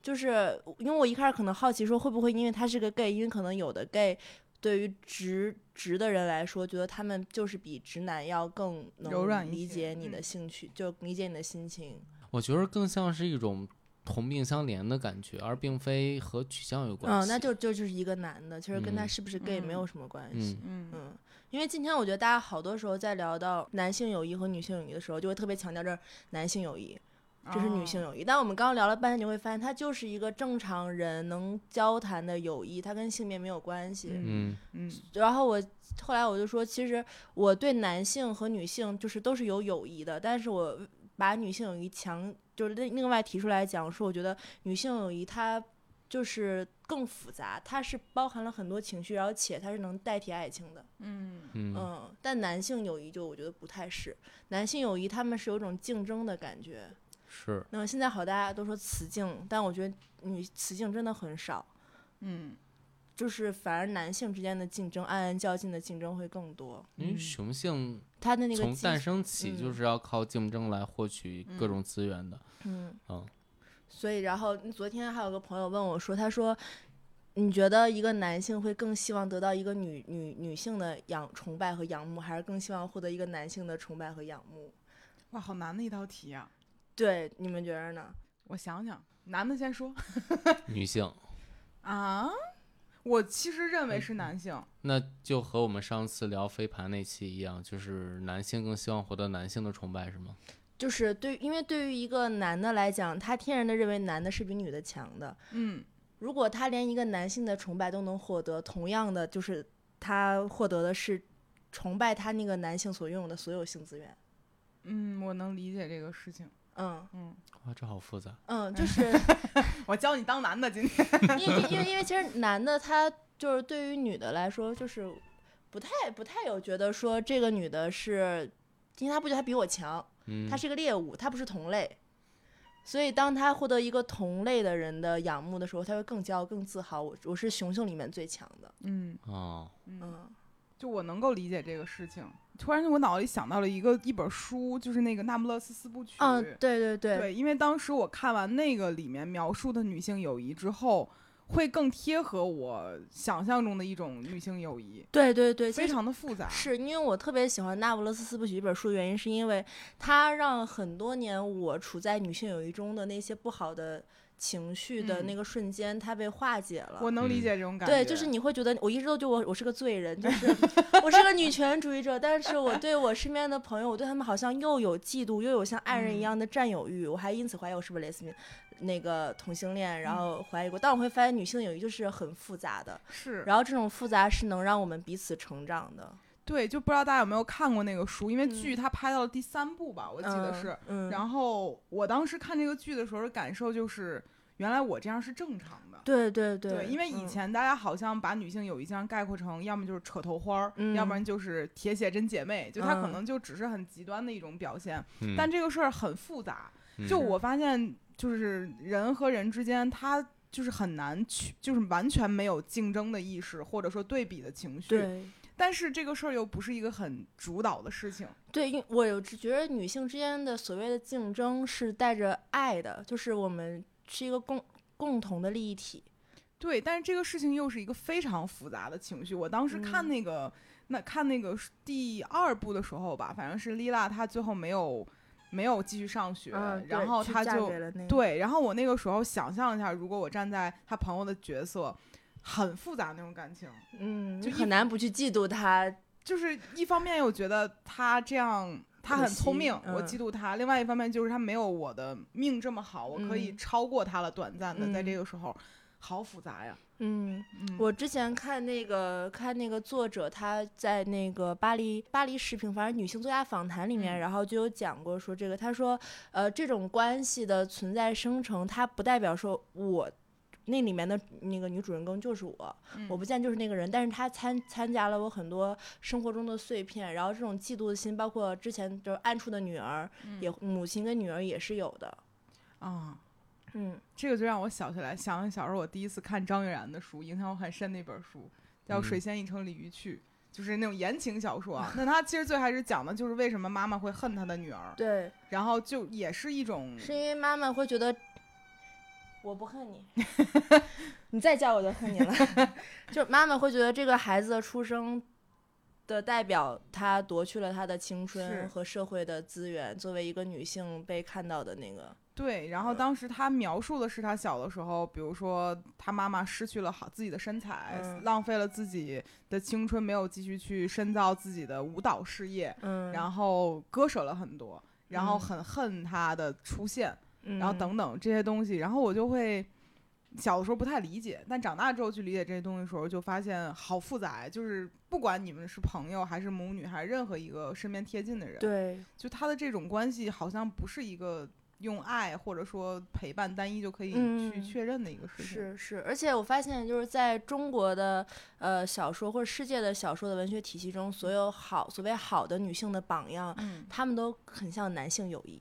A: 就是因为我一开始可能好奇说会不会因为他是个 gay，因为可能有的 gay 对于直直的人来说，觉得他们就是比直男要更
B: 柔软一
A: 能理解
B: 些
A: 你的
B: 嗯
A: 兴趣，就理解你的心情。
C: 我觉得更像是一种同病相怜的感觉，而并非和取向有关
A: 嗯，
C: 系。
A: 那就就就是一个男的，其实跟他
C: 嗯
A: 是不是 gay 没
B: 嗯
A: 有什么关系
B: 嗯
C: 嗯。
A: 嗯，因为今天我觉得大家好多时候在聊到男性友谊和女性友谊的时候，就会特别强调这儿男性友谊，嗯这是女性
B: 哦
A: 友谊。但我们刚刚聊了半天，你会发现它就是一个正常人能交谈的友谊，它跟性别没有关系。
B: 嗯
C: 嗯
B: 嗯
A: 然后我后来我就说，其实我对男性和女性就是都是有友谊的，但是我把女性友谊强就是另另外提出来讲，说我觉得女性友谊它就是更复杂，它是包含了很多情绪，而且它是能代替爱情的。
B: 嗯
C: 嗯
A: 嗯，但男性友谊就我觉得不太是，男性友谊他们是有一种竞争的感觉。
C: 是，
A: 那么现在好，大家都说雌竞，但我觉得女雌竞真的很少，
B: 嗯
A: 就是反而男性之间的竞争，暗暗较劲的竞争会更多。
C: 因为
B: 嗯
C: 雄性
A: 他的那个
C: 从
A: 激
C: 诞生起
A: 嗯
C: 就是要靠竞争来获取各种资源的。
A: 嗯
C: 嗯
A: 所以然后昨天还有个朋友问我说，他说你觉得一个男性会更希望得到一个女女女性的仰崇拜和仰慕，还是更希望获得一个男性的崇拜和仰慕？
B: 哇，好难的一道题啊！
A: 对，你们觉得呢？
B: 我想想，男的先说
C: 女性，
B: 啊，我其实认为是男性，
C: 那就和我们上次聊飞盘那期一样，就是男性更希望获得男性的崇拜，是吗？
A: 就是对，因为对于一个男的来讲，他天然的认为男的是比女的强的。
B: 嗯
A: 如果他连一个男性的崇拜都能获得，同样的就是他获得的是崇拜他那个男性所拥有的所有性资源。
B: 嗯，我能理解这个事情，
A: 嗯
B: 嗯，
C: 哇，这好复杂。
A: 嗯，就是
B: 我教你当男的，今天
A: 因为因为因为其实男的他就是对于女的来说，就是不太不太有觉得说这个女的是，因为他不觉得她比我强，
C: 嗯，
A: 她是个猎物，她不是同类。所以当他获得一个同类的人的仰慕的时候，他会更骄傲、更自豪。我我是熊熊里面最强的，
B: 嗯
C: 哦，
B: 嗯，
A: 嗯，
B: 就我能够理解这个事情。突然，我脑子里想到了一个一本书，就是那个《那不勒斯四部曲》。
A: 嗯，对对对，
B: 对，因为当时我看完那个里面描述的女性友谊之后，会更贴合我想象中的一种女性友谊，
A: 对对对，
B: 非
A: 其实
B: 常的复杂。
A: 是因为我特别喜欢《那不勒斯四部曲》这本书，原因是因为它让很多年我处在女性友谊中的那些不好的情绪的
B: 嗯
A: 那个瞬间，它被化解了。
B: 我能理
C: 嗯
B: 解这种感觉。
A: 对，就是你会觉得我一直都觉得我我是个罪人，就是
B: [LAUGHS]
A: 我是个女权主义者，但是我对我身边的朋友，我对他们好像又有嫉妒，又有像爱人一
B: 嗯
A: 样的占有欲，我还因此怀疑我是不是 lesbian，那个同性恋，
B: 嗯
A: 然后怀疑过。但我会发现女性友谊就是很复杂的，
B: 是
A: 然后这种复杂是能让我们彼此成长的。
B: 对，就不知道大家有没有看过那个书，因为
A: 嗯
B: 剧它拍到了第三部吧，我记得是。
A: 嗯，嗯，
B: 然后我当时看这个剧的时候的感受就是，原来我这样是正常的。
A: 对对对
B: 因为以
A: 嗯
B: 前大家好像把女性友谊经常概括成，要么就是扯头花儿，要
A: 嗯
B: 不然就是铁血真姐妹，就她可
A: 嗯
B: 能就只是很极端的一种表现。
C: 嗯
B: 但这个事儿很复杂，就
C: 嗯
B: 我发现，就是人和人之间，他就是很难去，就是完全没有竞争的意识，或者说对比的情绪。
A: 对。
B: 但是这个事儿又不是一个很主导的事情，
A: 对，因我有只觉得女性之间的所谓的竞争是带着爱的，就是我们是一个共共同的利益体。
B: 对。但是这个事情又是一个非常复杂的情绪。我当时看
A: 嗯
B: 那个，那看那个第二部的时候吧，反正是莉拉她最后没有没有继续上学，
A: 嗯，对
B: 然后
A: 去
B: 她
A: 嫁
B: 就
A: 给了那个
B: 对，然后我那个时候想象一下，如果我站在她朋友的角色，很复杂那种感情。
A: 嗯，
B: 就
A: 你
B: 一
A: 很难不去嫉妒他。
B: 就是一方面又觉得他这样他很聪明，
A: 嗯
B: 我嫉妒他；另外一方面就是他没有我的命这么好，我可以
A: 嗯
B: 超过他了，短暂的，
A: 嗯
B: 在这个时候，好复杂呀。
A: 嗯，
B: 嗯，
A: 我之前看那个看那个作者他在那个巴黎巴黎时评，反正女性作家访谈里面，
B: 嗯
A: 然后就有讲过说这个，他说，呃，这种关系的存在生成，它不代表说我。那里面的那个女主人公就是我，
B: 嗯
A: 我不见就是那个人，但是他参参加了我很多生活中的碎片，然后这种嫉妒的心，包括之前就是暗处的女儿，
B: 嗯
A: 也母亲跟女儿也是有的，
B: 啊，
A: 嗯，
B: 这个就让我想起来，想起小时候我第一次看张悦然的书，影响我很深的一本书，叫《
C: 嗯
B: 水仙一程鲤鱼去》。就是那种言情小说啊，那他其实最开始讲的就是为什么妈妈会恨他的女儿，
A: 对，
B: 然后就也是一种
A: 是因为妈妈会觉得我不恨你， [LAUGHS] 你再叫我就恨你 [LAUGHS] 了。就妈妈会觉得这个孩子的出生的代表，他夺去了他的青
B: 是
A: 春和社会的资源，作为一个女性被看到的那个，
B: 对，然后当时他描述的是他小的时候，比如说他妈妈失去了好自己的身材，
A: 嗯
B: 浪费了自己的青春，没有继续去深造自己的舞蹈事业，
A: 嗯，
B: 然后割舍了很多，然后
A: 嗯
B: 很恨他的出现，
A: 嗯
B: 然后等等这些东西，然后我就会。小的时候不太理解，但长大之后去理解这些东西的时候，就发现好复杂呀。就是不管你们是朋友，还是母女，还是任何一个身边贴近的人，
A: 对
B: 就他的这种关系好像不是一个用爱或者说陪伴单一就可以去
A: 嗯
B: 确认的一个事情。
A: 是是，而且我发现就是在中国的呃小说或者世界的小说的文学体系中，所有好所谓好的女性的榜样，
B: 嗯
A: 她们都很像男性友谊。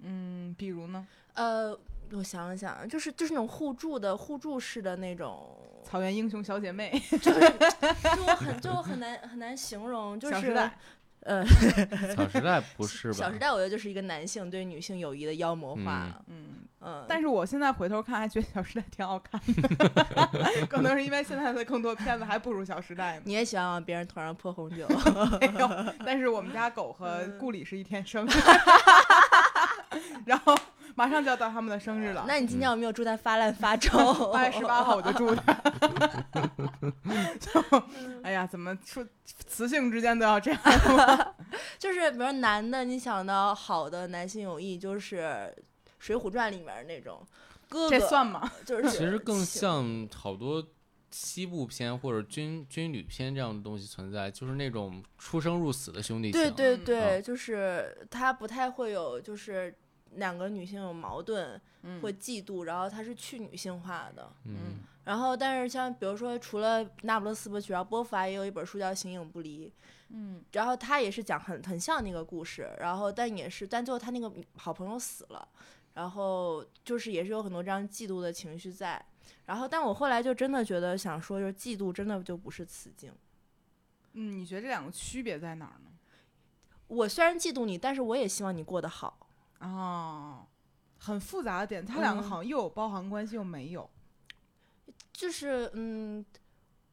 B: 嗯，比如呢，
A: 呃，我想想啊，就是就是那种互助的、互助式的那种，
B: 草原英雄小
A: [LAUGHS]
B: 姐妹，
A: 就我很就我很难很难形容，就
B: 小时
A: 是
B: 代
A: 呃，
C: 小时代不是吧？
A: 小时代我觉得就是一个男性对女性友谊的妖魔化，
B: 嗯，
A: 嗯，
B: 但
A: 是
B: 是我现在回头看还觉得小时代挺好看
A: [LAUGHS]
B: 的，可能是因为现在的更多片子还不如小时代呢。
A: 你也喜欢往别人头上泼红酒，
B: 没有，但是我们家狗和
A: 嗯
B: 顾里是一天生的， [LAUGHS] 然后马上就要到他们的生日了。
A: [LAUGHS] 那你今天有没有祝他发烂发臭？
B: 八月十八号我就住他。就哎呀，怎么说雌性之间都要这样？
A: [LAUGHS] 就是比如男的，你想到好的男性友谊，就是《水浒传》里面那种哥
B: 这
A: 哥，
B: 算吗？
A: 就是
C: 其实更
A: 行
C: 像好多西部片或者军军旅片这样的东西存在，就是那种出生入死的兄弟情。
A: 对对
B: 嗯
A: 对，
C: 啊
A: 就是他不太会有，就是两个女性有矛盾，
B: 嗯
A: 会嫉妒，然后他是去女性化的。
C: 嗯，
A: 然后，但是像比如说，除了那不勒斯部曲，然后波伏娃也有一本书叫《形影不离》，
B: 嗯
A: 然后他也是讲很很像那个故事，然后但也是，但最后他那个好朋友死了。然后就是也是有很多这样嫉妒的情绪在。然后，但我后来就真的觉得想说，就是嫉妒真的就不是雌竞。
B: 嗯，你觉得这两个区别在哪儿呢？
A: 我虽然嫉妒你，但是我也希望你过得好。
B: 哦，很复杂的点，它两个好像又有包含关系，又没有。
A: 就是嗯，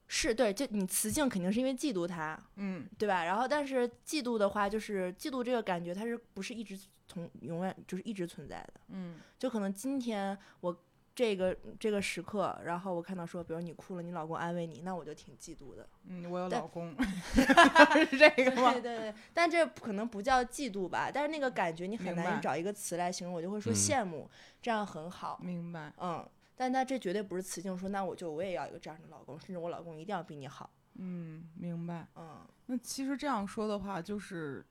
A: 是对，就你雌竞肯定是因为嫉妒他，
B: 嗯，
A: 对吧？然后，但是嫉妒的话，就是嫉妒这个感觉，它是不是一直从永远就是一直存在的？
B: 嗯，
A: 就可能今天我这个这个时刻，然后我看到说，比如你哭了，你老公安慰你，那我就挺嫉妒的。
B: 嗯，我有
A: 但
B: 老公，是这
A: 对
B: 个吗
A: 对？对，但这可能不叫嫉妒吧，但是那个感觉你很
B: 明白
A: 难找一个词来形容，我就会说
C: 嗯
A: 羡慕，这样很好，
B: 明白。
A: 嗯。但他这绝对不是雌竞，说那我就我也要一个这样的老公，甚至我老公一定要比你好，
B: 嗯，明白。
A: 嗯，
B: 那其实这样说的话，就是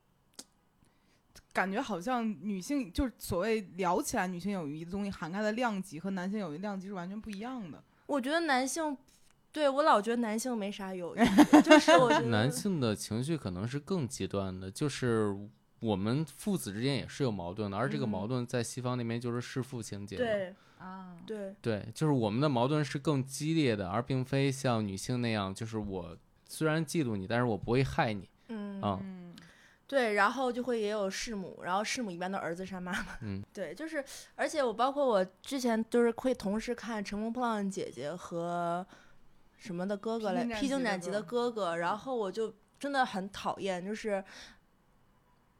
B: 感觉好像女性就是所谓聊起来女性友谊的东西涵盖的量级和男性友谊量级是完全不一样的。
A: 我觉得男性，对我老觉得男性没啥友谊，
B: [LAUGHS]
A: 就是我觉得
C: 男性的情绪可能是更极端的，就是我们父子之间也是有矛盾的，而这个
B: 嗯
C: 矛盾在西方那边就是弑父情节。
A: 对
B: 啊，
A: 对，
C: 对，就是我们的矛盾是更激烈的，而并非像女性那样，就是我虽然嫉妒你，但是我不会害你
A: 嗯
C: 啊。
B: 嗯，
A: 对，然后就会也有弑母，然后弑母一般都儿子杀妈妈。
C: 嗯，
A: [LAUGHS] 对，就是，而且我包括我之前就是会同时看《乘风破浪的姐姐》和什么的哥哥来，《
B: 披
A: 披
B: 荆
A: 荆
B: 斩
A: 斩
B: 棘
A: 棘
B: 的
A: 的哥哥》，然后我就真的很讨厌，就是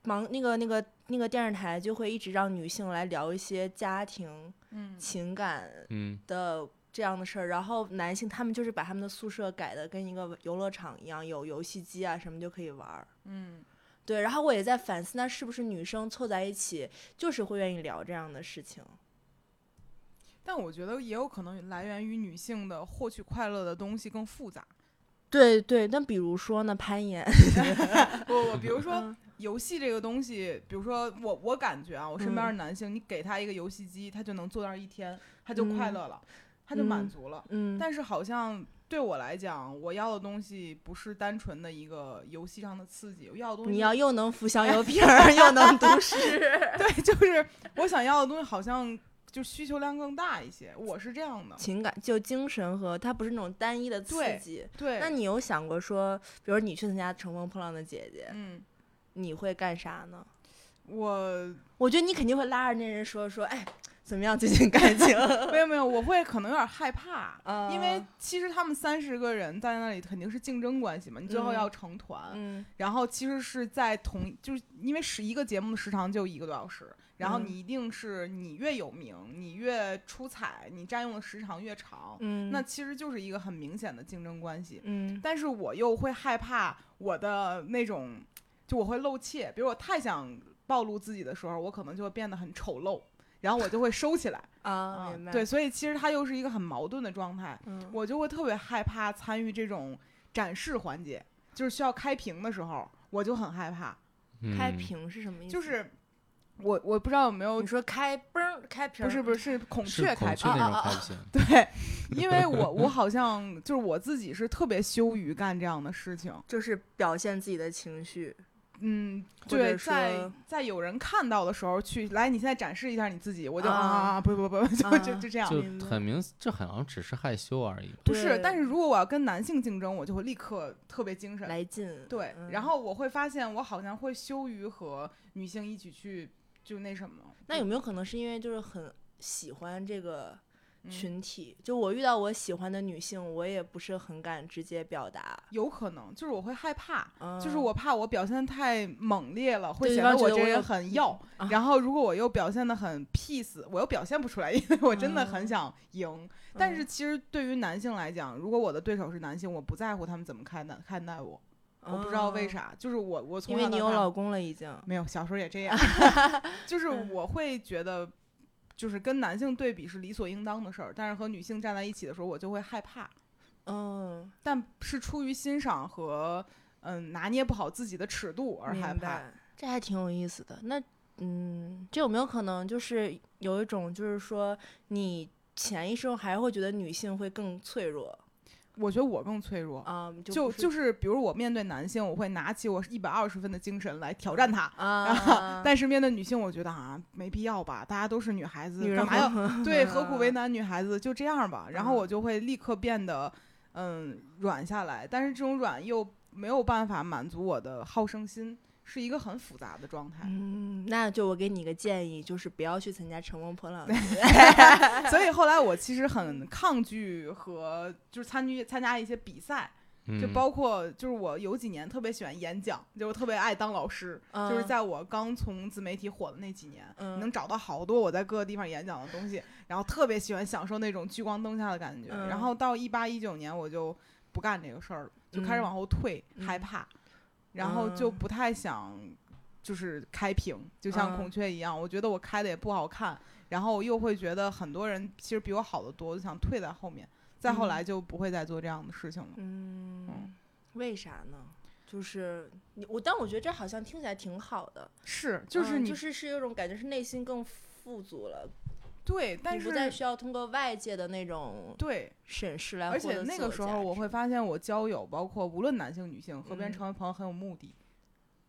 A: 忙那个那个那个电视台就会一直让女性来聊一些家庭、
B: 嗯
A: 情感
C: 嗯，
A: 的这样的事儿，然后男性他们就是把他们的宿舍改的跟一个游乐场一样，有游戏机啊什么就可以玩儿。
B: 嗯，
A: 对，然后我也在反思，那是不是女生凑在一起就是会愿意聊这样的事情？
B: 但我觉得也有可能来源于女性的获取快乐的东西更复杂。
A: 对对，那比如说呢，攀岩，
B: [LAUGHS] 不不，比如说
A: 嗯
B: 游戏这个东西，比如说我我感觉啊，我身边的男性，你给他一个游戏机，他就能坐那儿一天，他就快乐了，他就满
A: 嗯
B: 足了。
A: 嗯，
B: 但是好像对我来讲，我要的东西不是单纯的一个游戏上的刺激，我要的东西
A: 你要又能浮香油瓶 [LAUGHS] 儿，又能读 [LAUGHS] 诗，
B: [LAUGHS] 对，就是我想要的东西好像就需求量更大一些，我是这样的。
A: 情感就精神和它不是那种单一的刺
B: 对
A: 激。
B: 对，
A: 那你有想过说，比如你去参加《乘风破浪的姐姐》，
B: 嗯，
A: 你会干啥呢？
B: 我
A: 我觉得你肯定会拉着那人说说，哎，怎么样最近感情？
B: 没有没有，我会可能有点害怕，
A: 啊
B: [LAUGHS] 因为其实他们三十个人在那里肯定是竞争关系嘛，你最后
A: 嗯
B: 要成团，
A: 嗯
B: 然后其实是在同，就是因为十一个节目的时长就一个多小时，然后
A: 嗯
B: 你一定是你越有名，你越出彩，你占用的时长越长，
A: 嗯，
B: 那其实就是一个很明显的竞争关系。
A: 嗯
B: 但是我又会害怕我的那种，就我会露怯，比如我太想暴露自己的时候，我可能就会变得很丑陋，然后我就会收起来。
A: 啊，明白，
B: 对，，所以其实它又是一个很矛盾的状态。
A: 嗯
B: 我就会特别害怕参与这种展示环节，就是需要开屏的时候，我就很害怕。
C: 嗯
A: 开屏是什么意思？
B: 就是我我不知道有没有
A: 你，说开嘣儿开屏，
B: 不是不是是孔
C: 是
B: 雀开
C: 孔
B: 屏，
C: 雀
A: 啊
C: [LAUGHS] 那
A: 啊
C: 种
A: 啊
C: 开
A: 啊
C: 屏。
B: 对，因为我我好像就是我自己是特别羞于干这样的事 [LAUGHS] 情。
A: 就是表现自己的情绪。
B: 嗯，
A: 或
B: 对，
A: 者
B: 在
A: 说
B: 在有人看到的时候去来，你现在展示一下你自己，我就
A: 啊
B: 啊不不不， [LAUGHS] 就就
A: 啊
B: 就这样。
C: 就
A: 明白
C: 很明，这好像只是害羞而已。
B: 不是，
A: 对
B: 但是如果我要跟男性竞争，我就会立刻特别精神。
A: 来劲，
B: 对，
A: 嗯
B: 然后我会发现我好像会羞于和女性一起去就那什么。
A: 那有没有可能是因为就是很喜欢这个
B: 嗯
A: 群体？就我遇到我喜欢的女性，我也不是很敢直接表达，
B: 有可能就是我会害怕，
A: 嗯、
B: 就是我怕我表现得太猛烈了，会
A: 对
B: 显
A: 方
B: 得
A: 觉
B: 我
A: 得
B: 这
A: 我
B: 人
A: 有
B: 很要。
A: [LAUGHS] 啊
B: 然后如果我又表现的很 peace，我又表现不出来，因为我真的很
A: 嗯
B: 想赢。但
A: 嗯
B: 是其实对于男性来讲，如果我的对手是男性，我不在乎他们怎么看待看待我，我不知道为
A: 嗯，
B: 啥，就是我我从
A: 因为
B: 小
A: 你
B: 到
A: 有
B: 大
A: 老公了已经，
B: 没有小时候也这
A: [LAUGHS]
B: 样，就是
A: 嗯
B: 我会觉得。就是跟男性对比是理所应当的事儿，但是和女性站在一起的时候，我就会害怕，
A: 嗯，
B: 但是出于欣赏和嗯拿捏不好自己的尺度而
A: 明
B: 害怕。
A: 白，这还挺有意思的。那嗯，这有没有可能就是有一种就是说你潜意识中还会觉得女性会更脆弱？
B: 我觉得我更脆弱，
A: 啊，
B: 就
A: 就是
B: 比如我面对男性，我会拿起我一百二十分的精神来挑战他。
A: 啊，
B: [LAUGHS] 但是面对女性，我觉得啊，没必要吧，大家都是女孩子，
A: 女人
B: 干嘛要
A: 要
B: 对，何苦为难女孩子？就这样吧。然后
A: 嗯
B: 我就会立刻变得，嗯，软下来。但是这种软又没有办法满足我的好胜心，是一个很复杂的
A: [LAUGHS]
B: 状态。
A: 嗯，那就我给你个建议，就是不要去参加《乘风破浪》。
B: 所以后来我其实很抗拒和就是参与参加一些比赛，
C: 嗯
A: 嗯
B: 就包括就是我有几年特别喜欢演讲，就我特别爱当老师。就是
A: 嗯
B: 在我刚从自媒体火的那几年，
A: 嗯
B: 能找到好多我在各个地方演讲的东西，然后特别喜欢享受那种聚光灯下的感觉。
A: 嗯
B: 然后到一八一九年，我就不干这个事儿了，就开始
A: 嗯
B: 往后退，
A: 嗯
B: 害怕，然后就
A: 嗯
B: 不太想就是开屏，就
A: 嗯
B: 像孔雀一样，我觉得我开的也不好看，然后又会觉得很多人其实比我好得多，就想退在后面。再后来就不会再做这样的事情了。
A: 嗯，为啥呢？就是你我，但我觉得这好像听起来挺好的，
B: 是，就是
A: 嗯
B: 你、
A: 就是是有种感觉，是内心更富足了，
B: 对，但
A: 你
B: 是
A: 不再需要通过外界的那种
B: 对，
A: 审视来获
B: 而
A: 得
B: 且那
A: 自
B: 个
A: 我
B: 时
A: 价
B: 候，我
A: 值
B: 会发现我交友，包括无论男性女性，和别
A: 嗯
B: 人成为朋友很有目的，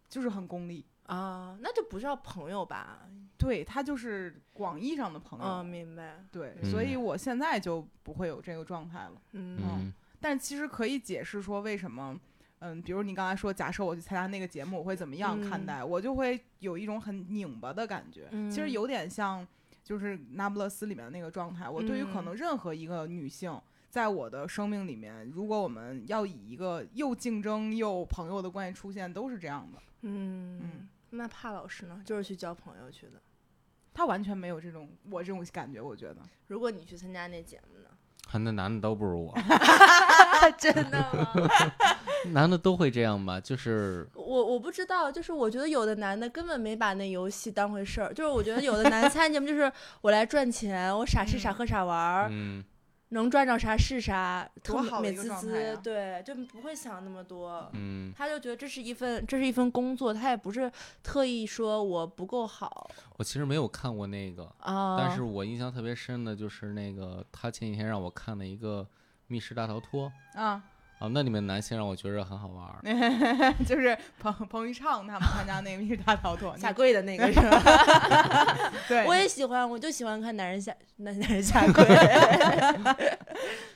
B: 就是很功利。
A: 啊，那就不叫朋友吧？
B: 对他就是广义上的朋友，
A: 嗯，明白。
B: 对，
C: 嗯
B: 所以我现在就不会有这个状态了。
A: 嗯
C: 嗯
B: 但其实可以解释说为什么，嗯，比如你刚才说，假设我去参加那个节目，我会怎么样看
A: 嗯
B: 待？我就会有一种很拧巴的感觉，其实
A: 嗯
B: 有点像就是《那不勒斯》里面的那个状态。我对于可
A: 嗯
B: 能任何一个女性。在我的生命里面，如果我们要以一个又竞争又朋友的关系出现，都是这样的。
A: 嗯，那帕老师呢？就是去交朋友去的。
B: 他完全没有这种我这种感觉，我觉得
A: 如果你去参加那节目
B: [LAUGHS]
A: 呢？
C: 还那男的都不如我， [LAUGHS]
A: 真的吗？
C: 男的都会这样吧？就是
A: 我我不知道，就是我觉得有的男的根本没把那游戏当回事儿，就是我觉得有的男的参加节目就是我来赚钱，我傻吃傻
B: 嗯
A: 喝傻玩儿，
C: 嗯，
A: 能赚着啥是啥，
B: 多
A: 特
B: 好的
A: 美
B: 一个
A: 滋
B: 状态
A: 滋
B: 呀，
A: 对，就不会想那么多。
C: 嗯，
A: 他就觉得这是一份这是一份工作，他也不是特意说我不够好
C: 我其实没有看过那个，
A: 啊。
B: 嗯
C: 但是我印象特别深的就是那个他前几天让我看的一个《密室大逃脱》
B: 啊， [LAUGHS]
C: 啊，那里面男性让我觉着很好玩儿，
B: 就是彭彭昱畅他们参加那个《密 [LAUGHS] 室大逃脱》
A: 下
B: 你，
A: 跪的 [LAUGHS] 那个是吧？
B: 对，
A: 我也喜欢，我就喜欢看男人下男男人
C: [LAUGHS]
A: 下跪。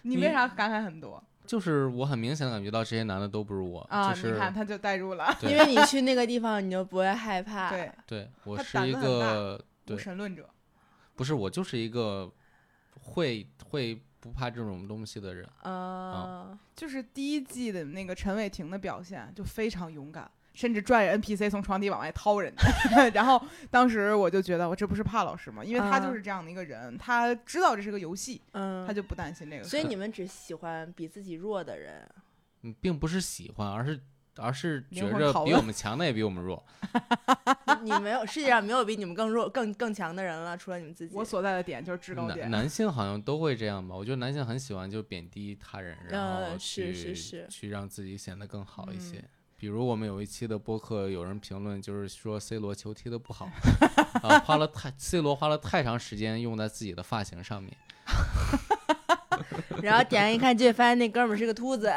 B: 你
C: 你
B: 为啥感慨很多
C: 就是我很明显的感觉到这些男的都不如我，
B: 啊？
C: 就是
B: 你看他就带入了
C: 对
A: 因为你去那个地方，你就不会害怕。
B: 对
C: 对我
B: 他
C: 是
B: 胆
C: 一
B: 子很
C: 个
B: 无
C: 对
B: 神论者，
C: 不是我就是一个会会不怕这种东西的人，
A: 啊，
C: 嗯
B: 就是第一季的那个陈伟霆的表现就非常勇敢，甚至拽着 NPC 从床底往外掏人家。 [LAUGHS] 然后当时我就觉得，我这不是怕老师吗？因为他
A: 啊
B: 就是这样的一个人，他知道这是个游戏，
A: 嗯，
B: 他就不担心这个事
A: 所以
B: 儿。
A: 你们只喜欢比自己弱的 [LAUGHS] 人，
C: 嗯，并不是喜欢，而是而是
B: 灵
C: 觉
B: 魂
C: 着
B: 拷
C: 比
B: 问
C: 我们强的也比我们弱，
A: 你没有世界上没有比你们更弱、更更强的人了，除了你们自己。
B: 我所在的点就是制高
C: 男
B: 点， [LAUGHS]
C: 男性好像都会这样吧？我觉得男性很喜欢就贬低他人，然后
A: 呃
C: 去、
A: 是是是
C: 去让自己显得更好一些。
B: 嗯
C: 比如我们有一期的播客，有人评论就是说 C 罗球踢得不好，
B: [LAUGHS]
C: 啊，花了太 C 罗花了太长时间用在自己的发型上面。
A: 然后点开一看，就会发现那哥们儿是个秃 [LAUGHS] 子，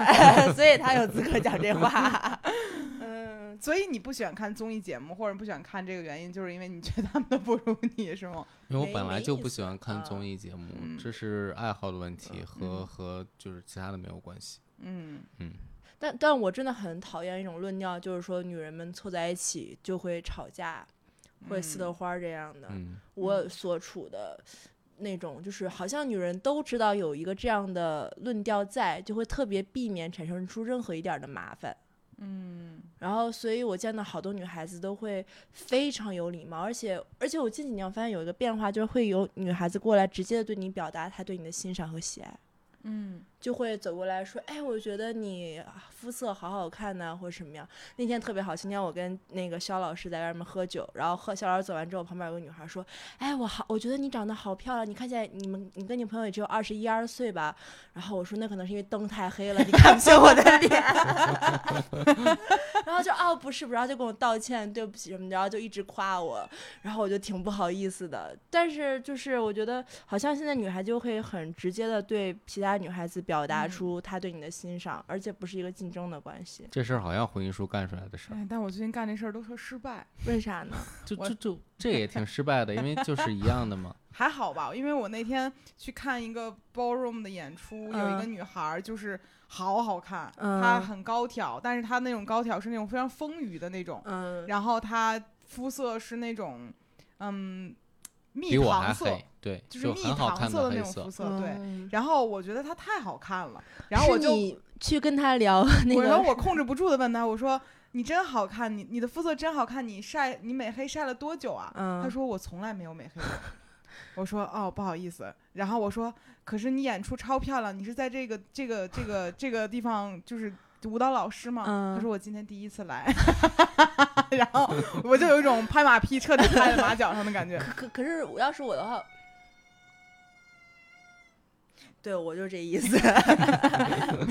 A: 所以他有资格讲这话。 [LAUGHS] 嗯，
B: 所以你不喜欢看综艺节目，或者不喜欢看这个原因，就是因为你觉得他们都不如你，是吗？
C: 因为我
A: 没
C: 本来
A: 没
C: 就
A: 意
C: 不
A: 思
C: 喜欢看
A: 啊
C: 综艺节目，
B: 嗯
C: 这是爱好的问题，和
B: 嗯
C: 和就是其他的没有关系。
B: 嗯，
A: 但但我真的很讨厌一种论调，就是说女人们凑在一起就会吵架，会撕
B: 嗯
A: 得花儿这样的。
C: 嗯，
A: 我所处的那种，就是好像女人都知道有一个这样的论调在，就会特别避免产生出任何一点儿的麻烦。
B: 嗯，
A: 然后，所以我见到好多女孩子都会非常有礼貌，而且而且我近几年发现有一个变化，就是会有女孩子过来直接的对你表达她对你的欣赏和喜爱，
B: 嗯，
A: 就会走过来说：“哎，我觉得你啊肤色好好看呐、或者什么样。”那天特别好，今天我跟那个肖老师在外面喝酒，然后喝肖老师走完之后，旁边有个女孩说：“哎，我好，我觉得你长得好漂亮，你看起来你们你跟你朋友也只有二十一二岁吧？”然后我说：“那可能是因为灯太黑了，你看不清我
B: [LAUGHS]
A: 的脸。”然后就哦不是，不是然后就跟我道歉，对不起什么的，然后就一直夸我，然后我就挺不好意思的。但是就是我觉得好像现在女孩就会很直接的对其他女孩子表。表
B: 嗯
A: 达出他对你的欣赏，而且不是一个竞争的关系。
C: 这事儿好像婚姻书干出来的事儿，
B: 哎，但我最近干这事儿都说失败，
A: 为啥
B: [LAUGHS]
A: 呢？
C: 就
B: 我
C: 就就这也挺失败的，因为就是一样的嘛。
B: 还好吧，因为我那天去看一个 ballroom 的演出，有一个
A: 嗯
B: 女孩儿就是好好看，
A: 嗯
B: 她很高挑，但是她那种高挑是那种非常丰腴的那种，
A: 嗯，
B: 然后她肤色是那种，嗯，蜜
C: 比我还
B: 糖色，
C: 黑，对，
B: 就是
C: 就
B: 蜜
C: 很好
B: 糖
C: 看
B: 色的那
C: 黑
B: 种肤
C: 色。
B: 色，对。
A: 嗯
B: 然后我觉得她太好看了，然后我
A: 是
B: 就
A: 你去跟他聊那
B: 我然后
A: 个，
B: 我控制不住的问他，我说你真好看，你你的肤色真好看，你晒你美黑晒了多久啊？
A: 嗯
B: 他说我从来没有美黑过。 [LAUGHS] 我说哦，不好意思。然后我说，可是你演出超漂亮，你是在这个这个这个这个地方就是舞蹈老师吗？
A: 嗯
B: 他说我今天第一次来， [LAUGHS] 然后我就有一种拍马屁彻底拍在马脚上的感觉。
A: 可可是我要是我的
B: [LAUGHS]
A: 话，对我就这意思。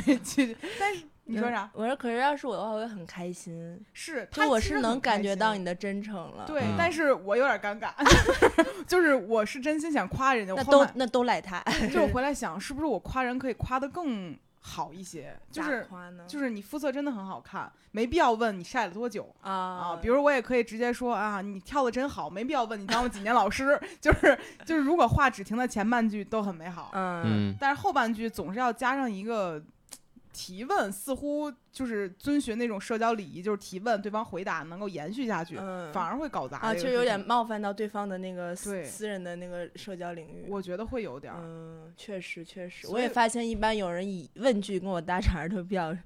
B: 没去，但是 [LAUGHS] 你说啥？
A: 嗯我说，可是要是我的话，我会很开心。
B: 是，
A: 就
B: 他
A: 我
B: 其
A: 是
B: 实
A: 能
B: 很
A: 感
B: 开
A: 觉
B: 心
A: 到你的真诚了。
B: 对，
C: 嗯
B: 但是我有点尴尬，就是我是真心想夸人家，我
A: 那
B: 后
A: 都
B: 来
A: 那都赖他，
B: 就我回来想，是不是我夸人可以夸得更好一些？就
A: 咋
B: 是
A: 夸呢？
B: 就是是你肤色真的很好看，没必要问你晒了多久。啊，
A: 啊，
B: 比如我也可以直接说啊，你跳的真好，没必要问你当了几年老师。 [LAUGHS] 就是就是，如果话只停在前半句都很美好，
A: 嗯
C: 嗯，
B: 但是后半句总是要加上一个提问，似乎就是遵循那种社交礼仪，就是提问对方回答能够延续下去，
A: 嗯
B: 反而会搞砸
A: 啊，
B: 这
A: 就
B: 个
A: 是有
B: 事
A: 点
B: 情，
A: 冒犯到对方的那个
B: 对
A: 私私人的那个社交领域。
B: 我觉得会有点儿。
A: 嗯，确实确实，
B: 所
A: 我也
B: 以
A: 发现一般有人以问句跟我搭茬儿都比较比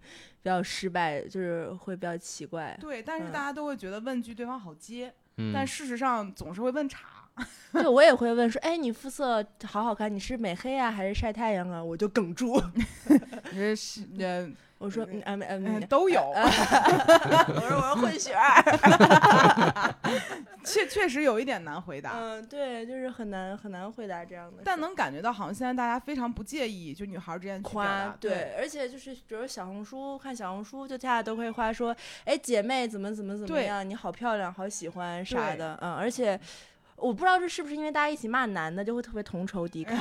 A: 较失败，就是会比较奇怪。
B: 对，但是
A: 嗯
B: 大家都会觉得问句对方好接，
C: 嗯，
B: 但事实上总是会问岔。
A: 对，我也会问说，哎，你肤色好好看，你是美黑啊还是晒太阳啊？我就哽
B: [LAUGHS]
A: 住，
B: 你这是呃
A: 我说嗯嗯嗯
B: 嗯
A: 嗯，
B: 都有，哎
A: 我说我说混血儿。
B: [LAUGHS] 确确实有一点难回答，
A: 嗯，对，就是很难很难回答这样的事。
B: 但能感觉到好像现在大家非常不介意，就女孩儿之间去表
A: 夸
B: 达对。
A: 而且就是比如小红书看小红书，就大家都会夸说，哎，姐妹怎么怎么怎么
B: 对
A: 样，你好漂亮，好喜欢啥
B: 对
A: 的，嗯，而且。我不知道这是不是因为大家一起骂男的，就会特别同仇
B: [LAUGHS]
A: 敌忾。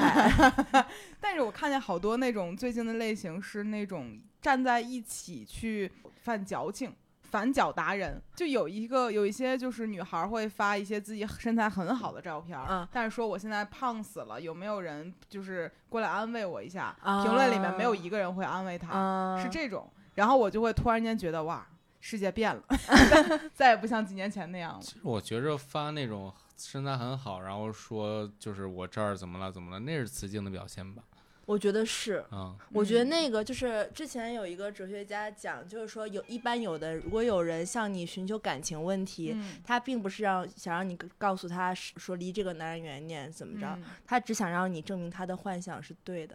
B: 但是我看见好多那种最近的类型是那种站在一起去犯矫情。反脚达人，就有一个有一些就是女孩儿会发一些自己身材很好的照片儿，
A: 嗯
B: 但是说我现在胖死了，有没有人就是过来安慰我一下？
A: 啊
B: 评论里面没有一个人会安慰她，
A: 啊，
B: 是这种。然后我就会突然间觉得哇，世界变了， [LAUGHS] 再也不像几年前那
A: [LAUGHS]
B: 样了。
C: 其实我觉着发那种身材很好，然后说就是我这儿怎么了怎么了，那是雌竞的表现吧？
A: 我觉得是，
C: 啊，
A: 我觉得
B: 嗯
A: 那个就是之前有一个哲学家讲，就是说有一般有的，如果有人向你寻求感情问题，
B: 嗯
A: 他并不是让想让你告诉他是说离这个男人远点怎么着，
B: 嗯
A: 他只想让你证明他的幻想是对的。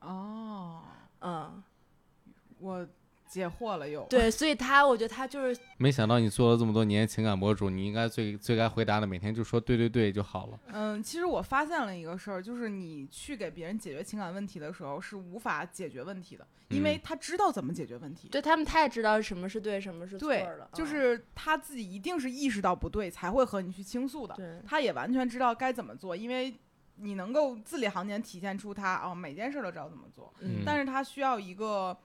B: 哦，
A: 嗯，
B: 我解惑了又。
A: 对，所以他我觉得他就是
C: 没想到你做了这么多年情感博主，你应该最最该回答的，每天就说对对对就好了。
B: 嗯，其实我发现了一个事儿，就是你去给别人解决情感问题的时候是无法解决问题的，因为
C: 嗯
B: 他知道怎么解决问题。
A: 对嗯他们太知道什么是对，什么是错
B: 对
A: 了，，啊
B: 就是他自己一定是意识到不对，才会和你去倾诉的。
A: 对
B: 他也完全知道该怎么做，因为你能够字里行间体现出他哦，每件事儿都知道怎么做，
A: 嗯
C: 嗯
B: 但是他需要一个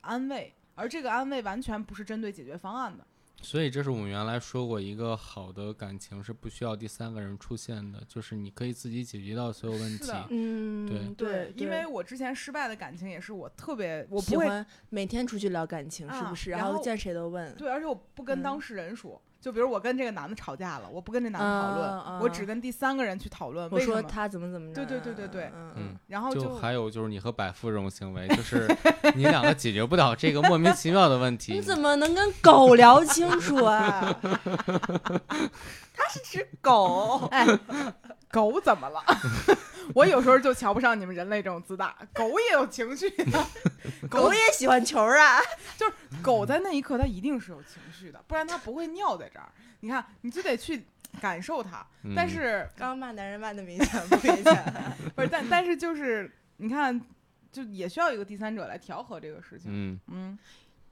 B: 安慰，而这个安慰完全不是针对解决方案的。
C: 所以这是我们原来说过，一个好的感情是不需要第三个人出现的，就是你可以自己解决到所有问
B: 是
C: 题。
B: 的
A: 嗯，对，
B: 因为我之前失败的感情也是我特别，我
A: 喜
B: 不会
A: 欢每天出去聊感情，是
B: 啊
A: 不是？
B: 然
A: 然
B: 后
A: 见谁都问，
B: 对，而且我不跟
A: 嗯
B: 当事人说。就比如我跟这个男的吵架了，我不跟这男的讨论，
A: 啊啊
B: 我只跟第三个人去讨论
A: 我
B: 为什
A: 说
B: 么，
A: 他怎么怎么着，
B: 对对对对对
A: 嗯嗯
C: 嗯，
B: 然后
C: 就还有就是你和百富这种行
B: [LAUGHS]
C: 为，就是你两个解决不了这个莫名其妙的问
B: [LAUGHS]
C: 题
A: 嗯你。怎么能跟狗聊清楚啊？
B: 狗，
A: [LAUGHS] 哎，
B: 狗怎么了？ [LAUGHS] 我有时候就瞧不上你们人类这种自大，狗也有情绪的，
C: [LAUGHS]
B: 狗
A: 狗也喜欢球儿
B: [LAUGHS]
A: 啊。
B: 狗在那一刻它一定是有情绪的，不然它不会尿在这儿。你看，你就得去感受它。
C: 嗯
B: 但是、
A: 刚刚骂男人骂的明显不明显？ [LAUGHS]
B: 不是，但但是就是你看，就也需要一个第三者来调和这个事情。
C: 嗯，
B: 嗯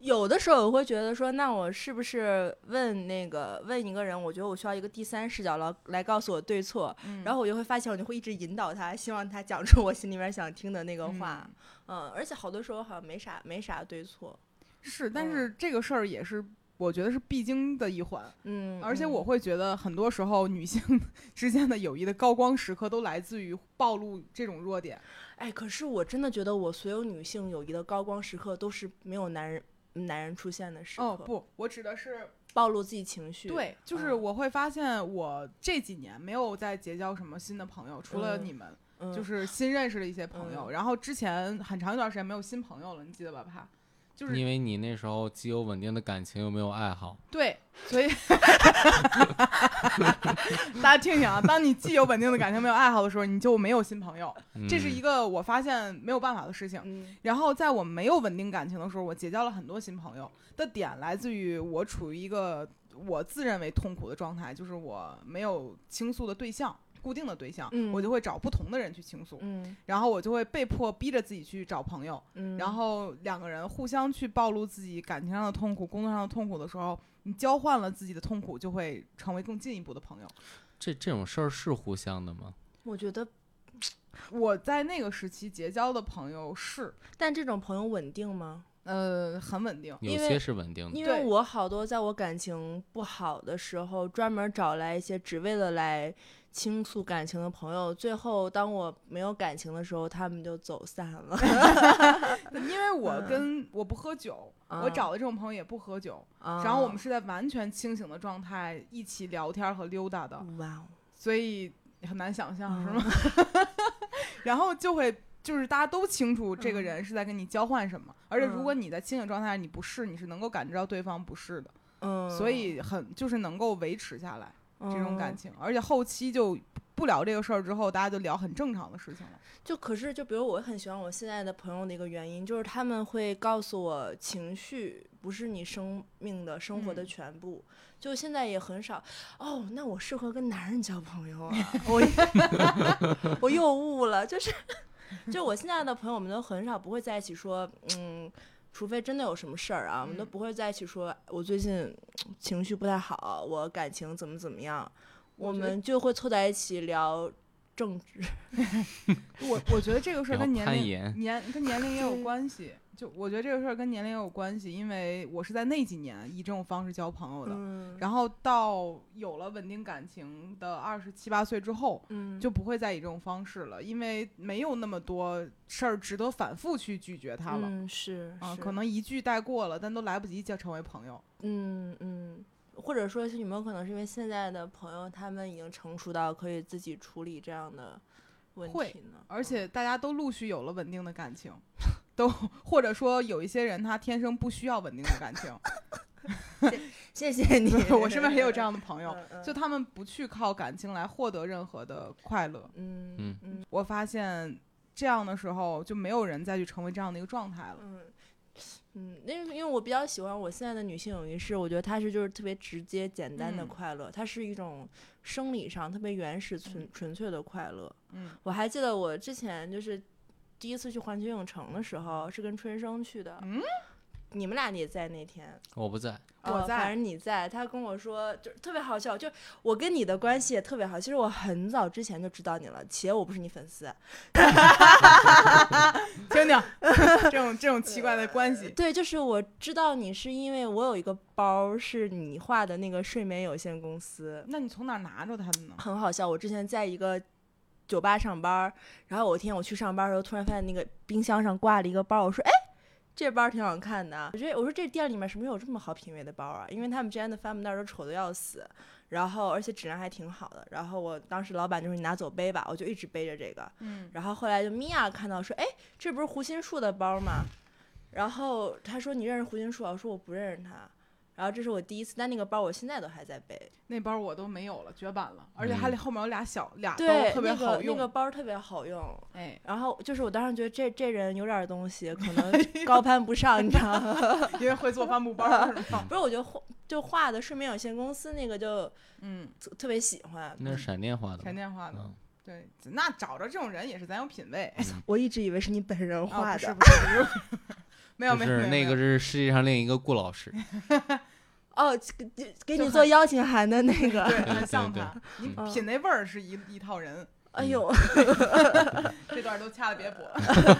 A: 有的时候我会觉得说，那我是不是问那个问一个人，我觉得我需要一个第三视角来来告诉我对错，
B: 嗯
A: 然后我就会发现我就会一直引导他，希望他讲出我心里面想听的那个话。嗯嗯，而且好多时候好像没啥没啥对错，
B: 是，
A: 嗯
B: 但是这个事儿也是。我觉得是必经的一环，
A: 嗯，
B: 而且
A: 嗯
B: 我会觉得很多时候女性 [LAUGHS] 之间的友谊的高光时刻都来自于暴露这种弱点。
A: 哎，可是我真的觉得我所有女性友谊的高光时刻都是没有男人嗯男人出现的时嗯刻，
B: 哦，不，我指的是
A: 暴露自己情绪，，
B: 对，就是我会发现我这几年没有再结交什么新的朋友，除了
A: 嗯
B: 你们，
A: 嗯、
B: 就是新认识的一些朋友。然后之前很长一段时间没有新朋友了，你记得吧？怕就是
C: 因为你那时候既有稳定的感情，又没有爱好。
B: 对，所以 [LAUGHS] 大家听听啊，当你既有稳定的感情没有爱好的时候，你就没有新朋友，
C: 嗯
B: 这是一
C: 个
B: 个我发现没有办法的事情。
A: 嗯
B: 然后在我没有稳定感情的时候，我结交了很多新朋友的点来自于我处于一个我自认为痛苦的状态，就是我没有倾诉的对象，固定的对象，
A: 嗯
B: 我就会找不同的人去倾诉，
A: 嗯
B: 然后我就会被迫逼着自己去找朋友，
A: 嗯，
B: 然后两个人互相去暴露自己感情上的痛苦、工作上的痛苦的时候，你交换了自己的痛苦，就会成为更进一步的朋友。
C: 这这种事儿是互相的吗？
A: 我觉得，
B: 我在那个时期结交的朋友是，
A: 但这种朋友稳定吗？
B: 呃，很稳定。
C: 有
A: 因
C: 些
A: 为
C: 是稳定的，
A: 因为
B: 对
A: 我好多在我感情不好的时候，专门找来一些只为了来倾诉感情的朋友，最后当我没有感情的时候，他们就走散了。
B: [LAUGHS] 因为我
A: 嗯
B: 跟我不喝酒，我
A: 嗯
B: 找的这种朋友也不喝酒，
A: 啊
B: [LAUGHS] 然后我们是在完全清醒的状态一起聊天和溜达的，
A: 哇哦，
B: 所以很难想象是
A: 嗯
B: 吗？ [LAUGHS] 然后就会就是大家都清楚这个
A: 嗯
B: 人是在跟你交换什么，而且如果你在清醒状态下你不是，你是能够感知到对方不是的，
A: 嗯，
B: 所以很就是能够维持下来这种感
A: 嗯
B: 情，而且后期就不聊这个事儿之后，大家就聊很正常的事情了。
A: 就可是，就比如我很喜欢我现在的朋友的一个原因，就是他们会告诉我，情绪不是你生命的、生活的
B: 嗯
A: 全部。就现在也很少哦，那我适合跟男人交朋友
B: [LAUGHS]
A: 啊，我我又 [LAUGHS] 悟了，就是就我现在的朋友们都很少不会在一起说，嗯。除非真的有什么事儿啊，我们都
B: 嗯
A: 不会在一起说。我最近情绪不太好，我感情怎么怎么样，我
B: 我觉得
A: 们就会凑在一起聊政治。
B: 我我觉得这个事儿
C: 然后
B: 跟年
C: 攀
B: 龄
C: 岩
B: 年跟年龄也有
A: 对
B: 关系。就我觉得这个事儿跟年龄也有关系，因为我是在那几年以这种方式交朋友的，
A: [LAUGHS] 嗯
B: 然后到有了稳定感情的二十七八岁之后，
A: 嗯，
B: 就不会再以这种方式了，因为没有那么多事儿值得反复去拒绝他了。
A: 嗯，是
B: 啊，
A: 是
B: 可能一句带过了，但都来不及交成为朋友。
A: 嗯嗯，或者说是有没有可能是因为现在的朋友他们已经成熟到可以自己处理这样的问
B: 会
A: 题
B: [LAUGHS]
A: 呢？
B: 而且大家都陆续有了稳定的感情，都或者说有一些人他天生不需要稳定的感
A: [LAUGHS]
B: 情。，
A: 谢谢 [LAUGHS] 你
B: 我身边也有这样的朋友，
A: 嗯，嗯
B: 就他们不去靠感情来获得任何的快乐。
A: 嗯
C: 嗯
A: 嗯
B: 我发现这样的时候，就没有人再去成为这样的一个状态了。
A: 嗯。嗯，因为因为我比较喜欢我现在的女性友谊是，我觉得它是就是特别直接简单的
B: 嗯
A: 快乐，它是一种生理上特别原始纯、纯粹的快乐。
B: 嗯
A: 我还记得我之前就是第一次去环球影城的时候，是跟春生去的。
B: 嗯，
A: 你们俩也在那天，
C: 我不在，
B: 我
A: 呃
B: 在
A: 反正你在。他跟我说，就是特别好笑，就是我跟你的关系也特别好。其实我很早之前就知道你了，且我不是你粉丝。
B: 听听这种这种奇怪的关系，
A: 对，就是我知道你是因为我有一个包是你画的那个睡眠有限公司，
B: 那你从哪儿拿着它的呢？
A: 很好笑。我之前在一个。酒吧上班，然后有一天我去上班的时候，突然发现那个冰箱上挂了一个包，我说：“哎，这包挺好看的。”啊我觉得我说这店里面什么有这么好品味的包啊？因为他们之前的帆布袋都丑的要死，然后而且质量还挺好的。然后我当时老板就说：“你拿走背吧。”我就一直背着这个，
B: 嗯，
A: 然后后来就米娅看到说：“哎，这不是胡心树的包吗？”然后她说：“你认识胡心树啊？”我说：“我不认识他。”然后这是我第一次，但那个包我现在都还在背。
B: 那包我都没有了，绝版了，而且还
C: 嗯
B: 后面有俩小俩兜
A: 对，
B: 特别好
A: 那个、那
B: 用。
A: 个包特别好用。 [LAUGHS]
B: 哎，
A: 然后就是我当时觉得这这人有点东西，可
B: [LAUGHS]
A: 能高攀不上，你知道吗？ [LAUGHS]
B: 因为会做帆布包儿是吗？
A: 不是，我觉得画就画的睡眠有限公司那个就
B: 嗯，
A: 特特别喜欢。
C: 那是闪电画的
B: 闪
C: 吧。
B: 电画的 [LAUGHS]
C: 嗯。
B: 对，那找着这种人也是咱有品位。
A: 我一直以为是你本人
B: 啊
A: 画
B: 不是
A: 的。
B: 不是不是，没有
C: 就
B: 没有没
C: 是
B: 有
C: 那个是世界上另一个顾老师，
A: 哦，给给你
B: 就很
A: 做邀请函的那个。
B: [LAUGHS] 对，
C: 对
B: 很像
C: 对
B: 他。你
A: 嗯
B: 品那味儿是一一套人，
A: 哎呦，
B: 这段都掐了别播。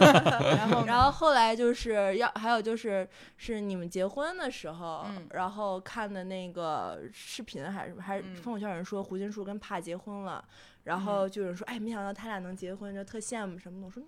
B: 然后呢，
A: 然后后来就是要，还有就是是你们结婚的时候，
B: 嗯
A: 然后看的那个视频还是什么，还是
B: 嗯
A: 朋友圈有人说胡金树跟帕结婚了，然后就有人说，哎，没想到他俩能结婚，就特羡慕什么的。我说。嗯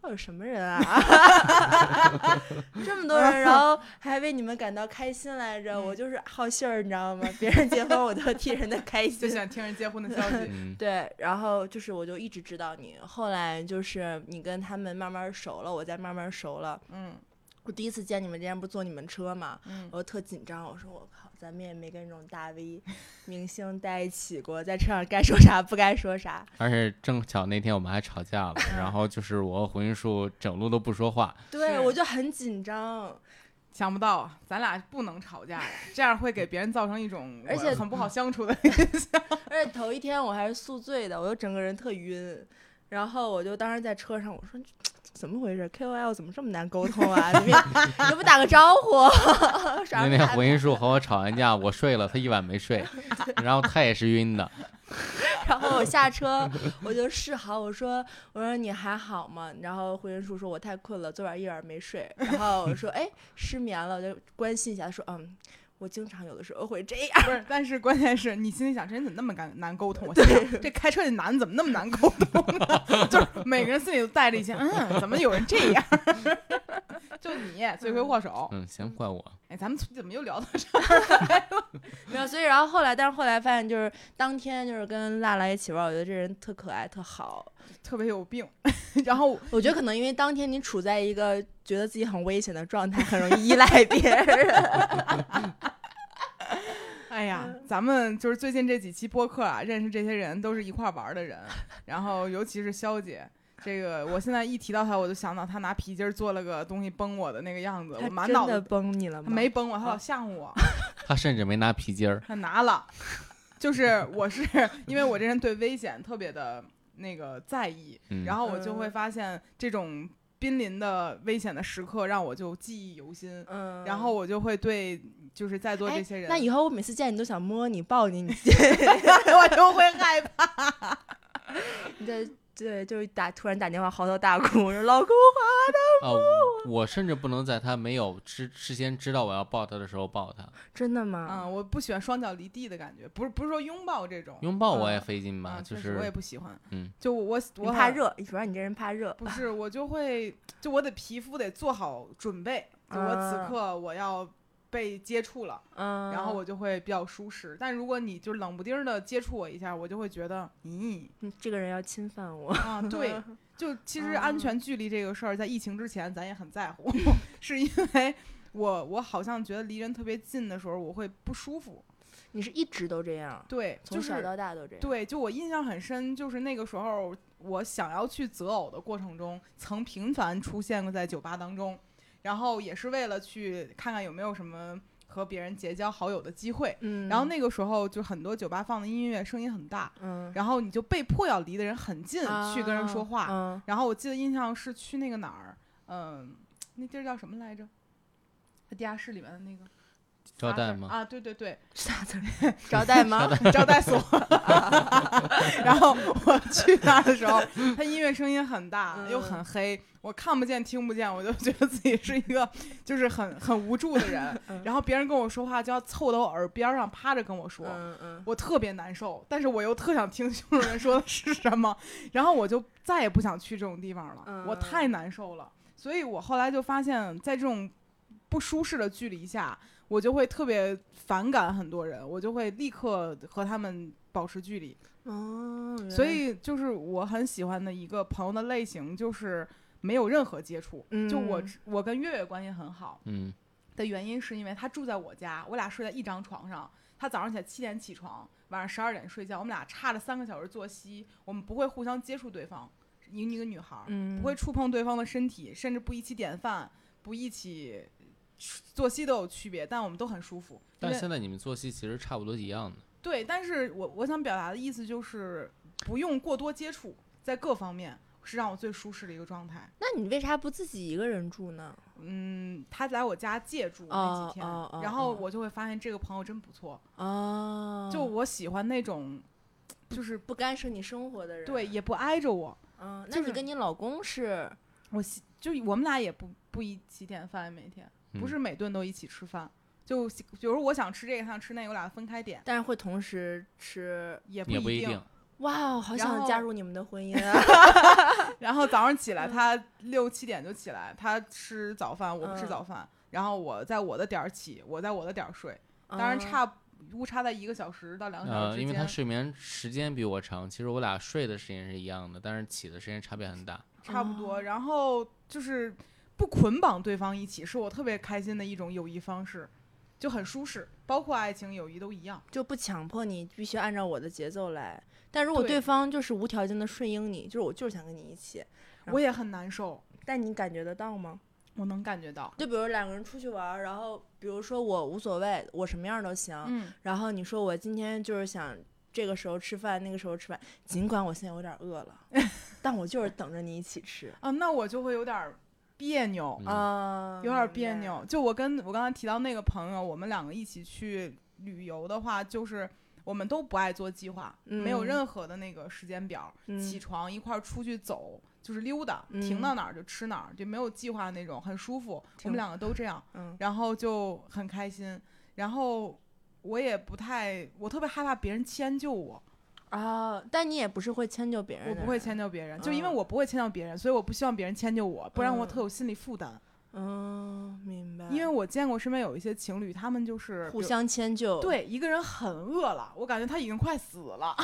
A: 到底什么人啊？ [LAUGHS] 这么多人，然后还为你们感到开心来着。
B: 嗯
A: 我就是好信儿，你知道吗？别人结婚，我都替人家开
B: 就
A: 心。
B: 想听人结婚的消
C: [LAUGHS]
B: 息。
C: 嗯，
A: 对，然后就是我就一直知道你，后来就是你跟他们慢慢熟了，我再慢慢熟了。
B: 嗯
A: 我第一次见你们之前不是坐你们车嘛，
B: 嗯，
A: 我特紧张，我说我靠，咱们也没跟这种大 V 明星在一起过，在车上该说啥不该说啥。
C: 而且正巧那天我们还吵架了，然后就是我和胡云树整路都不说话，
A: [LAUGHS] 对
B: 是
A: 我就很紧张，
B: 想不到咱俩不能吵架呀，这样会给别人造成一种
A: 而且
B: 我很不好相处的。
A: 而且头一天我还是宿醉的，我就整个人特晕。然后我就当时在车上，我说怎么回事？KOL 怎么这么难沟通啊？你
C: [LAUGHS]
A: 们你们不打个招呼？ [LAUGHS] 耍什么
C: 那天
A: 大
C: 胡云树和我吵完架，我睡了，他一晚没睡，然后他也是晕的，
A: 然后我下车，我就示好，我说我说你还好吗？然后胡云树说我太困了，昨晚一晚没睡。然后我说哎失眠了，我就关心一下，说嗯，我经常有的时候会这样。 [LAUGHS]
B: 不是，但是关键是你心里想，这人怎么那么难难沟通？我心想，这开车这男的怎么那么难沟通呢？就是每个人心里都带着一些，嗯，怎么有人这样？就你罪魁祸首。
C: 嗯，行，怪我，
B: 哎，咱们怎么又聊到这儿？
A: 没有，所以然后后来，但是后来发现就是当天就是跟辣辣一起玩，我觉得这人特可爱特好。
B: 特别有病。 [LAUGHS] 然后
A: 我觉得可能因为当天你处在一个觉得自己很危险的状态，很容易依
B: [LAUGHS]
A: 赖别人。
B: 哎呀，
A: 嗯
B: 咱们就是最近这几期播客啊，认识这些人都是一块儿玩儿的人， [LAUGHS] 然后尤其是肖姐。这个我现在一提到她，我就想到她拿皮筋儿做了个东西崩我的那个样子，我
A: 他
B: 满
A: 真
B: 脑
A: 的
B: 子
A: 崩你了嗯
B: 她
A: 吗？
B: 没崩我，她老吓唬我，
C: 他甚至没拿皮筋儿，
B: 她拿了。就是我是因为我这人对危险特别的那个在意，
C: 嗯，
B: 然后我就会
A: 嗯
B: 发现这种濒临的危险的时刻让我就记忆犹新，
A: 嗯，
B: 然后我就会对就是在座
A: 哎
B: 这些 [LAUGHS] 人，
A: 那以后我每次见你都想摸你抱你，你
B: [LAUGHS] 我就会害怕。
A: 你这对，就是打突然打电话嚎啕大哭，我说老公，
C: 啊、我甚至不能在他没有知事先知道我要抱他的时候抱他，
A: 真的
C: 啊
A: 吗？
B: 嗯，我不喜欢双脚离地的感觉，不是不是说拥抱这种，
C: 拥抱我也
B: 嗯
C: 费劲吧，
B: 嗯
C: 就
B: 确实我也
C: 是
B: 不喜欢。
C: 嗯，
B: 就我
A: 你
B: 我
A: 怕
B: 很，
A: 热，主要你这人怕热。
B: 不是我就会就我的皮肤得做好准备，就我此
A: 啊
B: 刻我要被接触了，
A: 嗯，
B: 然后我就会比较舒适。但如果你就冷不丁的接触我一下，我就会觉得，咦、
A: 嗯这个人要侵犯我。
B: 啊，
A: [LAUGHS]
B: 对，就其实
A: 嗯
B: 安全距离这个事儿，在疫情之前咱也很在
A: [LAUGHS]
B: 乎，是因为我我好像觉得离人特别近的时候，我会不舒服。
A: 你是一直都这样，
B: 对，就
A: 从小
B: 是
A: 到大都这样。
B: 对，就我印象很深，就是那个时候我想要去择偶的过程中，曾频繁出现过在酒吧当中，然后也是为了去看看有没有什么和别人结交好友的机会。
A: 嗯，
B: 然后那个时候就很多酒吧放的音乐声音很大，
A: 嗯，
B: 然后你就被迫要离的人很近
A: 啊
B: 去跟人说话。
A: 嗯，
B: 然后我记得印象是去那个哪儿，嗯，那地儿叫什么来着？地下室里面的那个
C: 招
B: 杂志
C: 待
B: 儿
C: 吗？
B: 啊，对对对，
A: 啥字儿？招待吗？
B: 招待所。 [LAUGHS] 然后我去那儿的时候，他音乐声音很大，
A: 嗯
B: 又很黑，我看不见听不见，我就觉得自己是一个就是很很无助的人。
A: 嗯
B: 然后别人跟我说话就要凑到我耳边儿上趴着跟我说。
A: 嗯嗯，
B: 我特别难受，但是我又特想听凶手人说的是什么，然后我就再也不想去这种地方了，
A: 嗯
B: 我太难受了。所以我后来就发现，在这种不舒适的距离下，我就会特别反感很多人，我就会立刻和他们保持距离。
A: 哦，原来
B: 所以就是我很喜欢的一个朋友的类型，就是没有任何接触。就我
A: 嗯
B: 只我跟月月关系很好，
C: 嗯，
B: 的原因是因为他住在我家，我俩睡在一张床上。他早上起来七点起床，晚上十二点睡觉，我们俩差了三个小时作息，我们不会互相接触对方，一个一个女孩儿，
A: 嗯
B: 不会触碰对方的身体，甚至不一起点饭，不一起作息都有区别，但我们都很舒服。
C: 但
B: 因
C: 是
B: 为
C: 现在你们作息其实差不多一样的，
B: 对，但是我我想表达的意思就是，不用过多接触，在各方面是让我最舒适的一个状态。
A: 那你为啥不自己一个人住呢？
B: 嗯，他来我家借住那
A: 哦
B: 几天，
A: 哦哦
B: 然后
A: 哦
B: 我就会发现这个朋友真不错，
A: 哦，
B: 就我喜欢那种就是
A: 不干涉你生活的人。
B: 对，，也不挨着我，
A: 嗯，
B: 就
A: 那你
B: 是
A: 跟你老公是
B: 我喜就我们俩也不不一起点饭，每天
C: 嗯
B: 不是每顿都一起吃饭，就喜比如说我想吃这个，他想吃那个，我俩分开点，
A: 但是会同时吃。
B: 也
C: 也
B: 不
C: 不一
B: 定
C: 定。。
A: 哇哦，好
B: 然
A: 想
B: 后
A: 加入你们的婚姻 [LAUGHS] 啊！
B: 然后早上起
A: 嗯
B: 来，他六七点就起来，他吃早饭，我不吃
A: 嗯
B: 早饭，然后我在我的点儿起，我在我的点儿睡，当然
A: 嗯
B: 差误差在一个小时到两个小
C: 呃，
B: 嗯时之
C: 因为他
B: 间，
C: 睡眠时间比我长，其实我俩睡的时间是一样的，但是起的时间差别很大。
B: 差不
A: 哦
B: 多。然后就是不捆绑对方一起，是我特别开心的一种友谊方式，就很舒适，包括爱情、友谊都一样。
A: 就不强迫你必须按照我的节奏来。但如果
B: 对
A: 对方就是无条件的顺应你，就是我就是想跟你一起，然后
B: 我也很难受，
A: 但你感觉得到吗？
B: 我能感觉到。
A: 就比如两个人出去玩儿，然后比如说我无所谓，我什么样都行。
B: 嗯，
A: 然后你说我今天就是想这个时候吃饭，那个时候吃饭，尽管我现在有点饿 [LAUGHS] 了，但我就是等着你一起吃。
B: 啊，那我就会有点儿别扭，
C: 嗯
A: 啊、
B: 有点儿
A: 明
B: 别
A: 白。
B: 扭。就我跟我刚才提到那个朋友，我们两个一起去旅游的话，就是我们都不爱做计划，没有
A: 嗯
B: 任何的那个时间表，
A: 嗯
B: 起床一块儿出去走，就是溜达，
A: 嗯
B: 停到哪儿就吃哪儿，就没有计划那种，很舒服。我
A: 挺
B: 们两个都这样，
A: 嗯
B: 然后就很开心。然后我也不太，我特别害怕别人迁就我，
A: 啊，但你也不是会迁就别人的
B: 我
A: 人，
B: 不会迁就别人，就因为
A: 嗯
B: 我不会迁就别人，所以我不希望别人迁就我，不然我
A: 嗯
B: 特有心理负担。
A: 嗯，明白。
B: 因为我见过身边有一些情侣，他们就是
A: 互
B: 比如
A: 相迁就，，
B: 对，一个人很饿了，我感觉他已经快死
A: [LAUGHS]
B: 了，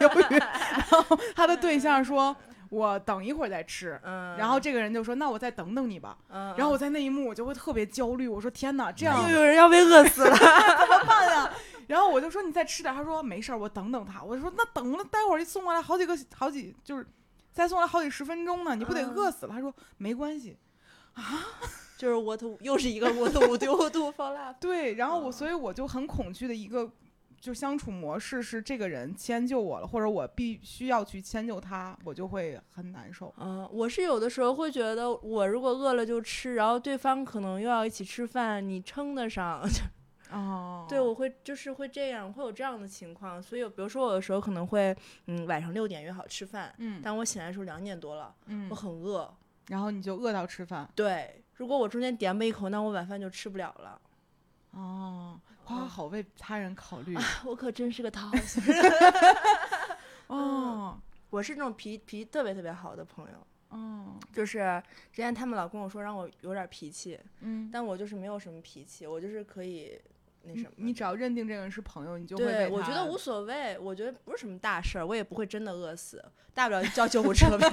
B: 由于，然后他的对象说：“我等一会儿再吃。”
A: 嗯，
B: 然后这个人就说：“那我再等等你吧。”
A: 嗯，哎
B: 然后我在那一幕我就会特别焦虑，我说：“天哪，这样
A: 又有人要被饿死了。 [LAUGHS]
B: 办啊！” [LAUGHS] 然后我就说：“你再吃点儿。”他说：“没事儿，我等等他。”我就说：“那等了，待会儿一送过来好几个，好几就是再送过来好几十分钟呢，你不得饿死了？”他说：“没关系。”
A: 就是 what 又是一个 what would you do for love？
B: 对，然后我
A: 嗯
B: 所以我就很恐惧的一个就相处模式是这个人迁就我了，或者我必须要去迁就他，我就会很难受。
A: 嗯，我是有的时候会觉得，我如果饿了就吃，然后对方可能又要一起吃饭，你撑得上。 [LAUGHS]
B: 哦
A: 对，我会就是会这样，会有这样的情况。所以，比如说我有时候可能会，嗯，晚上六点约好吃饭，
B: 嗯
A: 但我醒来的时候两点多了，
B: 嗯
A: 我，很饿。
B: 然后你就饿到吃饭。
A: 对，如果我中间点吧一口，那我晚饭就吃不了了。 [LAUGHS]
B: 哦，花花
A: 嗯
B: 好为他人考虑。
A: 我可真是个讨
B: 哦
A: [LAUGHS] 我是那种脾脾气特别特别好的朋友，
B: 哦
A: 就是之前他们老跟我说让我有点脾气，
B: 嗯，
A: 但我就是没有什么脾气，我就是可以那
B: 你
A: 什么。
B: 你只要认定这个人是朋友，你就会
A: 对，
B: 为
A: 我觉得
B: 他
A: 无所谓，我觉得不是什么大事儿，我也不会真的饿死，大不了就叫救护车 [LAUGHS] 呗。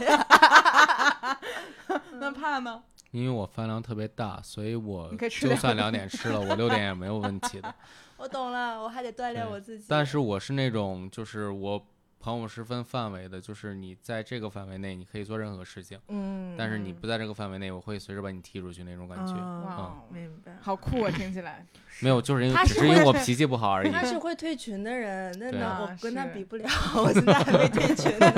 B: 那怕呢？
C: 因为我饭量特别大，所以我
B: 你可以吃
C: 就
B: 两
C: 算两点吃了，我六点也没有
B: [LAUGHS]
C: 问题的。
A: 我懂了，我还得锻炼
C: 对
A: 我自己。
C: 但是我是那种，就是我朋友是分范围的，就是你在这个范围内你可以做任何事情，
A: 嗯，
C: 但是你不在这个范围内，我会随时把你踢出去那种感觉。
B: 哇
A: 啊，
C: 嗯
B: 哦，
A: 明白。
B: 好酷啊！听起来，
C: 没有，就是因
A: 他
C: 为只
A: 是
C: 是因为
A: 会
C: 我脾气不好而
A: [LAUGHS]
C: 已。
A: 他是会退群的人，那
C: 对
A: 能
B: 啊
A: 我跟他
B: 是
A: 比不 [LAUGHS] 了，我现在还没退群呢。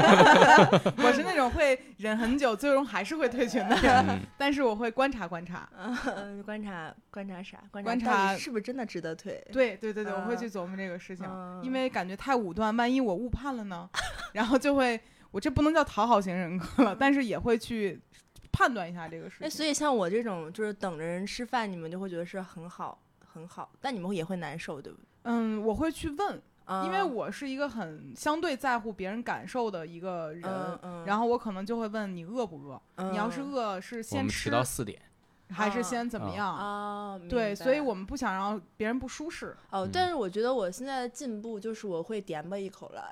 B: 我是那种会忍很久，最终还是会退群的人，
C: 嗯，
B: [LAUGHS] 但是我会观察观察。
A: [LAUGHS] 嗯观察观察啥？观察
B: 观
A: 到底
B: 察
A: 是不是真的值得退？
B: 对对对对，我会
A: 啊
B: 去琢磨这个事情，
A: 嗯
B: 因为感觉太武断，万一我误判了呢？然后就会，我这不能叫讨好型人格了，但是也会去判断一下这个事
A: 哎，嗯
B: 情。
A: 所以像我这种就是等着人吃饭，你们就会觉得是很好很好，但你们也会难受，对不对？
B: 嗯，我会去问，
A: 啊
B: 因为我是一个很相对在乎别人感受的一个人，
A: 嗯嗯
B: 然后我可能就会问你饿不饿？
A: 嗯
B: 你要是饿是
C: 我
B: 先
C: 们吃
B: 吃
C: 到四点，
B: 还是
A: 啊
B: 先怎么
C: 啊
B: 样？
A: 啊，
B: 对，
A: 明
B: 所以
A: 白
B: 我们不想让别人不舒适。 [LAUGHS]
A: 哦
C: 嗯，
A: 但是我觉得我现在的进步就是我会点吧一口
B: [LAUGHS]
A: 了，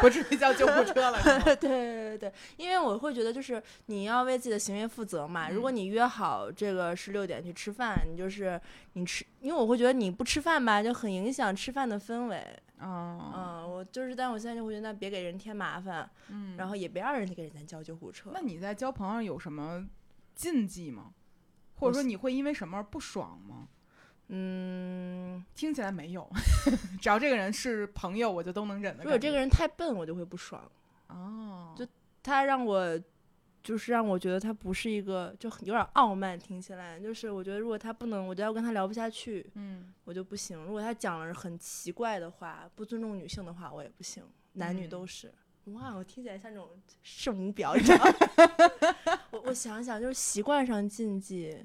B: 不至于叫救护车了。是吗
A: 对对对，因为我会觉得就是你要为自己的行为负责嘛。如果
B: 嗯
A: 你约好这个是六点去吃饭，你就是你吃，因为我会觉得你不吃饭吧，就很影响吃饭的氛围。
B: 哦，
A: 嗯，我就是，但我现在就会觉得那别给人添麻烦，
B: 嗯
A: 然后也别让人家给人家叫救护车
B: 那。你在交朋友有什么禁忌吗？或者说你会因为什么而不爽吗？
A: 嗯，
B: 听起来没有， [LAUGHS] 只要这个人是朋友，我就都能忍的感觉。
A: 如果这个人太笨，我就会不爽。
B: 哦，
A: 就他让我就是让我觉得他不是一个就很有点傲慢，听起来就是我觉得如果他不能，我觉得我跟他聊不下去，
B: 嗯，
A: 我就不行。如果他讲了很奇怪的话，不尊重女性的话，我也不行。男女
B: 嗯
A: 都是。哇，我听起来像那种圣母婊，你知道吗？ [LAUGHS] 我我想想，就是习惯上禁忌，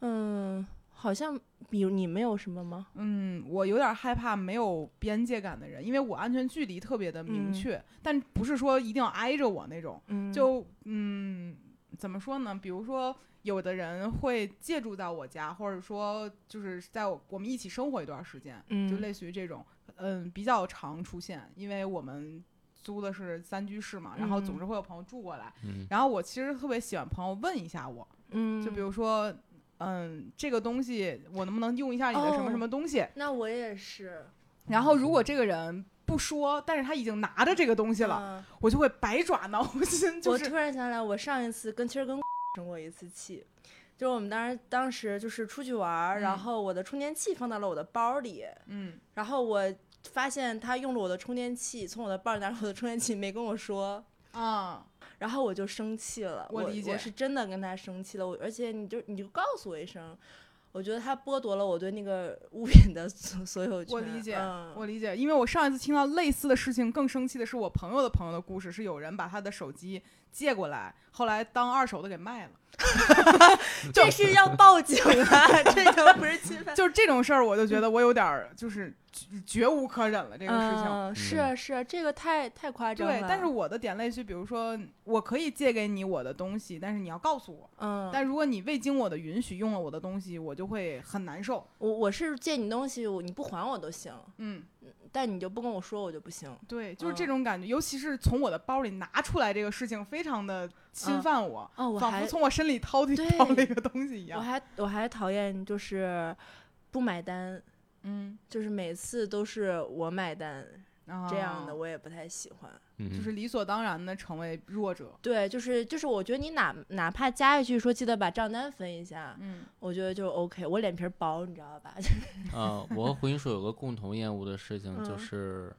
A: 嗯，好像比如你们有什么吗？
B: 嗯，我有点害怕没有边界感的人，因为我安全距离特别的
A: 嗯
B: 明确，但不是说一定要挨着我那种。
A: 嗯
B: 就嗯，怎么说呢？比如说，有的人会借住在我家，或者说就是在我我们一起生活一段时间，就
A: 嗯
B: 类似于这种，嗯，比较常出现，因为我们。租的是三居室嘛，然后总
A: 嗯
B: 是会有朋友住过来，
C: 嗯
B: 然后我其实特别喜欢朋友问一下我，
A: 嗯，
B: 就比如说，嗯，这个东西我能不能用一下你的什么什
A: 哦
B: 么东西？
A: 那我也是，
B: 然后如果这个人不说，但是他已经拿着这个东西了，
A: 嗯
B: 我就会百爪挠心，就
A: 我
B: 是
A: 突然想起来，我上一次跟其实跟生过一次气，就是我们当时当时就是出去玩儿，
B: 嗯
A: 然后我的充电器放到了我的包里，
B: 嗯
A: 然后我发现他用了我的充电器，从我的包里拿了我的充电器，没跟我说。
B: 啊，
A: 然后我就生气了，
B: 我
A: 我
B: 理解
A: 我是真的跟他生气了，我而且你就你就告诉我一声，我觉得他剥夺了我对那个物品的所所有权。
B: 我理解
A: 嗯、
B: 我理解，因为我上一次听到类似的事情，更生气的是我朋友的朋友的故事，是有人把他的手机借过来，后来当二手的给卖了，
A: 这是要报警啊， [LAUGHS] 这就不是侵犯。
B: 就是这种事儿，我就觉得我有点儿就是绝绝无可忍了这个事情。
A: 嗯是啊是啊，这个太太夸张了。
B: 对，但是我的点类似于，比如说，我可以借给你我的东西，但是你要告诉我。
A: 嗯，
B: 但如果你未经我的允许用了我的东西，我就会很难受。
A: 我我是借你东西，我你不还我都行，
B: 嗯，
A: 但你就不跟我说我就不行。
B: 对，就是
A: 嗯
B: 这种感觉，尤其是从我的包里拿出来这个事情，非常的侵
A: 嗯
B: 犯我，
A: 哦，我
B: 仿
A: 还
B: 佛从我身里掏地
A: 对
B: 掏了一个东西一
A: 我
B: 样。
A: 还我还讨厌就是不买单，
B: 嗯，
A: 就是每次都是我买单这样的，
B: 啊，
A: 我也不太喜欢。
C: 嗯，
B: 就是理所当然的成为弱者。
A: 对，就是就是，我觉得你哪哪怕加一句说记得把账单分一下，
B: 嗯
A: 我觉得就 OK。我脸皮儿薄，你知道吧？ [LAUGHS]
C: 呃，我和胡云硕有个共同厌恶的事情，就
A: 嗯
C: 是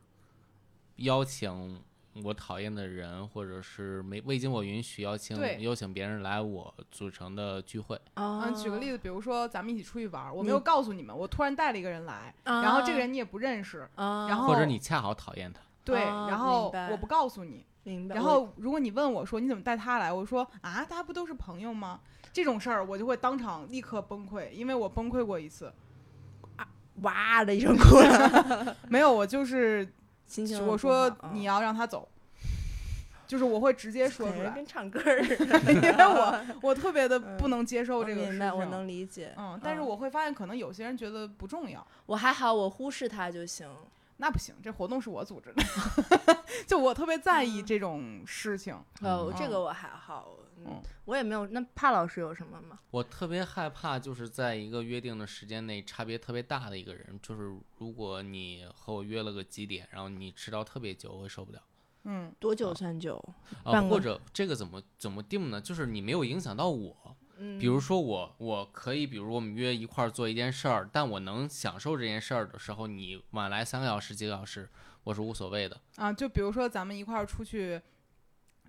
C: 邀请我讨厌的人，或者是没未经我允许邀请
B: 对
C: 邀请别人来我组成的聚会。
A: 啊
B: 嗯，举个例子，比如说咱们一起出去玩儿，我没
A: 你
B: 有告诉你们，我突然带了一个人来，
A: 啊，
B: 然后这个人你也不认识，
A: 啊，
B: 然后
C: 或者你恰好讨厌他，
B: 对，
A: 啊
B: 然
A: 明
B: 后
A: 白
B: 我不告诉你，
A: 明白。
B: 然
A: 我
B: 后如果你问我说你怎么带他来，我说啊，大家不都是朋友吗？这种事儿我就会当场立刻崩溃，因为我崩溃过一次。
A: 哇的一声哭了，
B: 没有，我就是
A: 心情
B: 我
A: 不
B: 说
A: 好
B: 你
A: 啊
B: 要让他走，就是我会直接说
A: 感
B: 出
A: 觉
B: 来，
A: 跟唱歌
B: [LAUGHS]
A: 儿似的。
B: 因为
A: [LAUGHS]
B: 我我特别的不
A: 嗯
B: 能接受
A: 我
B: 这个
A: 明
B: 事情。
A: 白，我能理解。
B: 嗯，但是我会发现可能有些人觉得不重要，
A: 我还好，我忽视他就行。
B: 那不行，这活动是我组织的， [LAUGHS] 就我特别在
A: 嗯
B: 意这种事情。
A: 呃，这
B: 嗯
A: 个我还好，
B: 嗯
A: 嗯，我也没有。那帕老师有什么吗？
C: 我特别害怕，就是在一个约定的时间内差别特别大的一个人，就是如果你和我约了个几点，然后你迟到特别久，我会受不了。
B: 嗯
A: 多
C: 啊
A: 久算久？
C: 啊、
A: 半个
C: 或者这个怎么怎么定呢？就是你没有影响到我，
A: 嗯，
C: 比如说我，我可以，比如我们约一块儿做一件事儿，但我能享受这件事儿的时候，你晚来三个小时、几个小时，我是无所谓的。
B: 啊，就比如说咱们一块儿出去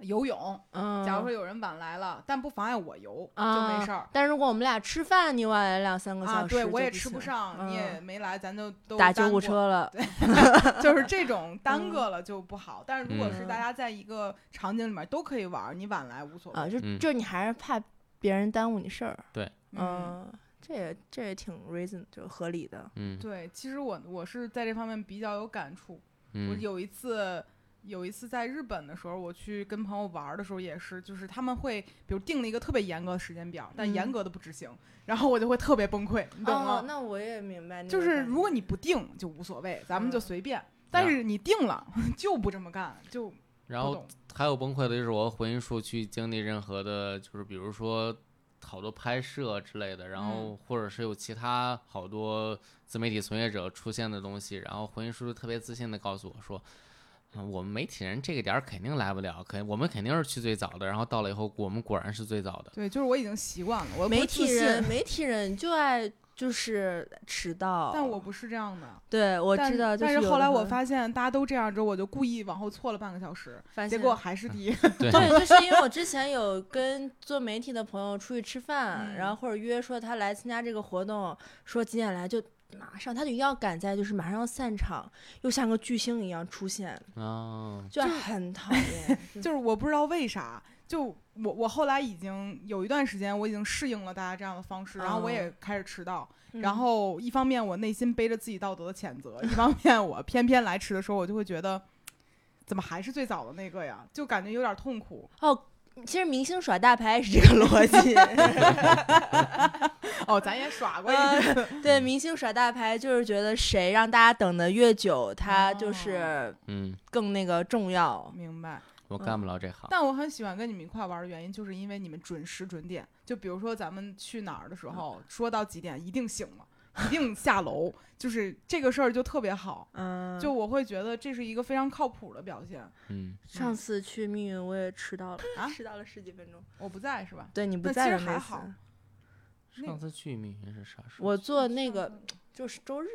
B: 游泳，
A: 嗯，
B: 假如说有人晚来了，但不妨碍我游，就没
A: 啊
B: 事儿。
A: 但如果我们俩吃饭，你晚来两三个
B: 啊，
A: 小时，
B: 对我也吃不
A: 不行。
B: 上，你也
A: 嗯
B: 没来，咱就都
A: 打
B: 耽
A: 救护
B: 搁，
A: 车了， [LAUGHS]
B: 就是这种耽搁了就不好。但是如果是
A: 嗯
B: 大家在一个场景里面都可以玩儿，你晚来无所
A: 啊，
B: 谓。
A: 就
C: 嗯
A: 就是你还是怕别人耽误你事儿，
B: 嗯，
A: 嗯，这也这也挺 reason 就合理的，
B: 哦
C: 嗯
B: 对，其实我我是在这方面比较有感触。我
C: 嗯
B: 有一次。有一次在日本的时候，我去跟朋友玩儿的时候也是，就是他们会比如定了一个特别严格的时间表，但
A: 嗯
B: 严格的不执行，然后我就会特别崩溃，你懂吗？
A: 哦，那我也明白那
B: 就
A: 个
B: 是
A: 感
B: 如果
A: 觉
B: 你不定就无所谓，咱们就
A: 嗯
B: 随便。但是你定了 [LAUGHS] 就不这么干，就不
C: 然后
B: 懂
C: 还有崩溃的就是我和回音术去经历任何的，就是比如说好多拍摄之类的，然
A: 嗯
C: 后或者是有其他好多自媒体从业者出现的东西，然后回音叔特别自信的告诉我说。啊我们媒体人这个点儿肯定来不了，肯我们肯定是去最早的，然后到了以后，我们果然是最早的。
B: 对，就是我已经习惯了，我不
A: 媒
B: 是自
A: 体人，
B: 信，
A: 媒体人就爱就是迟到。
B: 但我不是这样的。
A: 对我
B: 但
A: 知道，就
B: 但
A: 有
B: 是后来
A: 的
B: 我
A: 人
B: 发现大家都这样之后，我就故意往后错了半个小时，
A: 发
B: 结
A: 现
B: 果还是第一。
A: [LAUGHS]
C: 对， [LAUGHS]
A: 对，就是因为我之前有跟做媒体的朋友出去吃饭，
B: 嗯
A: 然后或者约说他来参加这个活动，说几点来就马上，他就一定要赶在就是马上要散场，又像个巨星一样出现，
C: 啊，
A: 就很讨 [LAUGHS] 厌。就
B: 就是我不知道为啥，就我我后来已经有一段时间，我已经适应了大家这样的方式，然后我
A: 哦
B: 也开始迟到。
A: 嗯
B: 然后一方面我内心背着自己道德的谴责，一方面我偏偏来迟的时候，我就会觉得。怎么还是最早的那个呀？就感觉有点痛苦
A: 哦，其实明星耍大牌也是这个逻 [LAUGHS] 辑，
B: 哦。咱也耍过一
A: 呃 [LAUGHS]
B: 次，
A: 对，明星耍大牌就是觉得谁让大家等的越久，他就是
C: 嗯，
A: 更那个重要。
B: 明白。
C: 我干不了这行。
B: 但我很喜欢跟你们一块玩的原因，就是因为你们准时准点。就比如说咱们去哪儿的时候，说到几点一定醒了，一定下楼，就是这个事儿就特别好。
A: 嗯，
B: 就我会觉得这是一个非常靠谱的表现。
C: 嗯，
A: 上次去密云我也迟 [LAUGHS] 到了，
B: 啊
A: 迟到了十几分钟。
B: 我不在是吧？
A: 对你不
B: 那
A: 在
B: 其实
A: 的那
B: 还
A: 次
B: 好。那
C: 上次去密云是啥时候？
A: 我坐那个就是周日，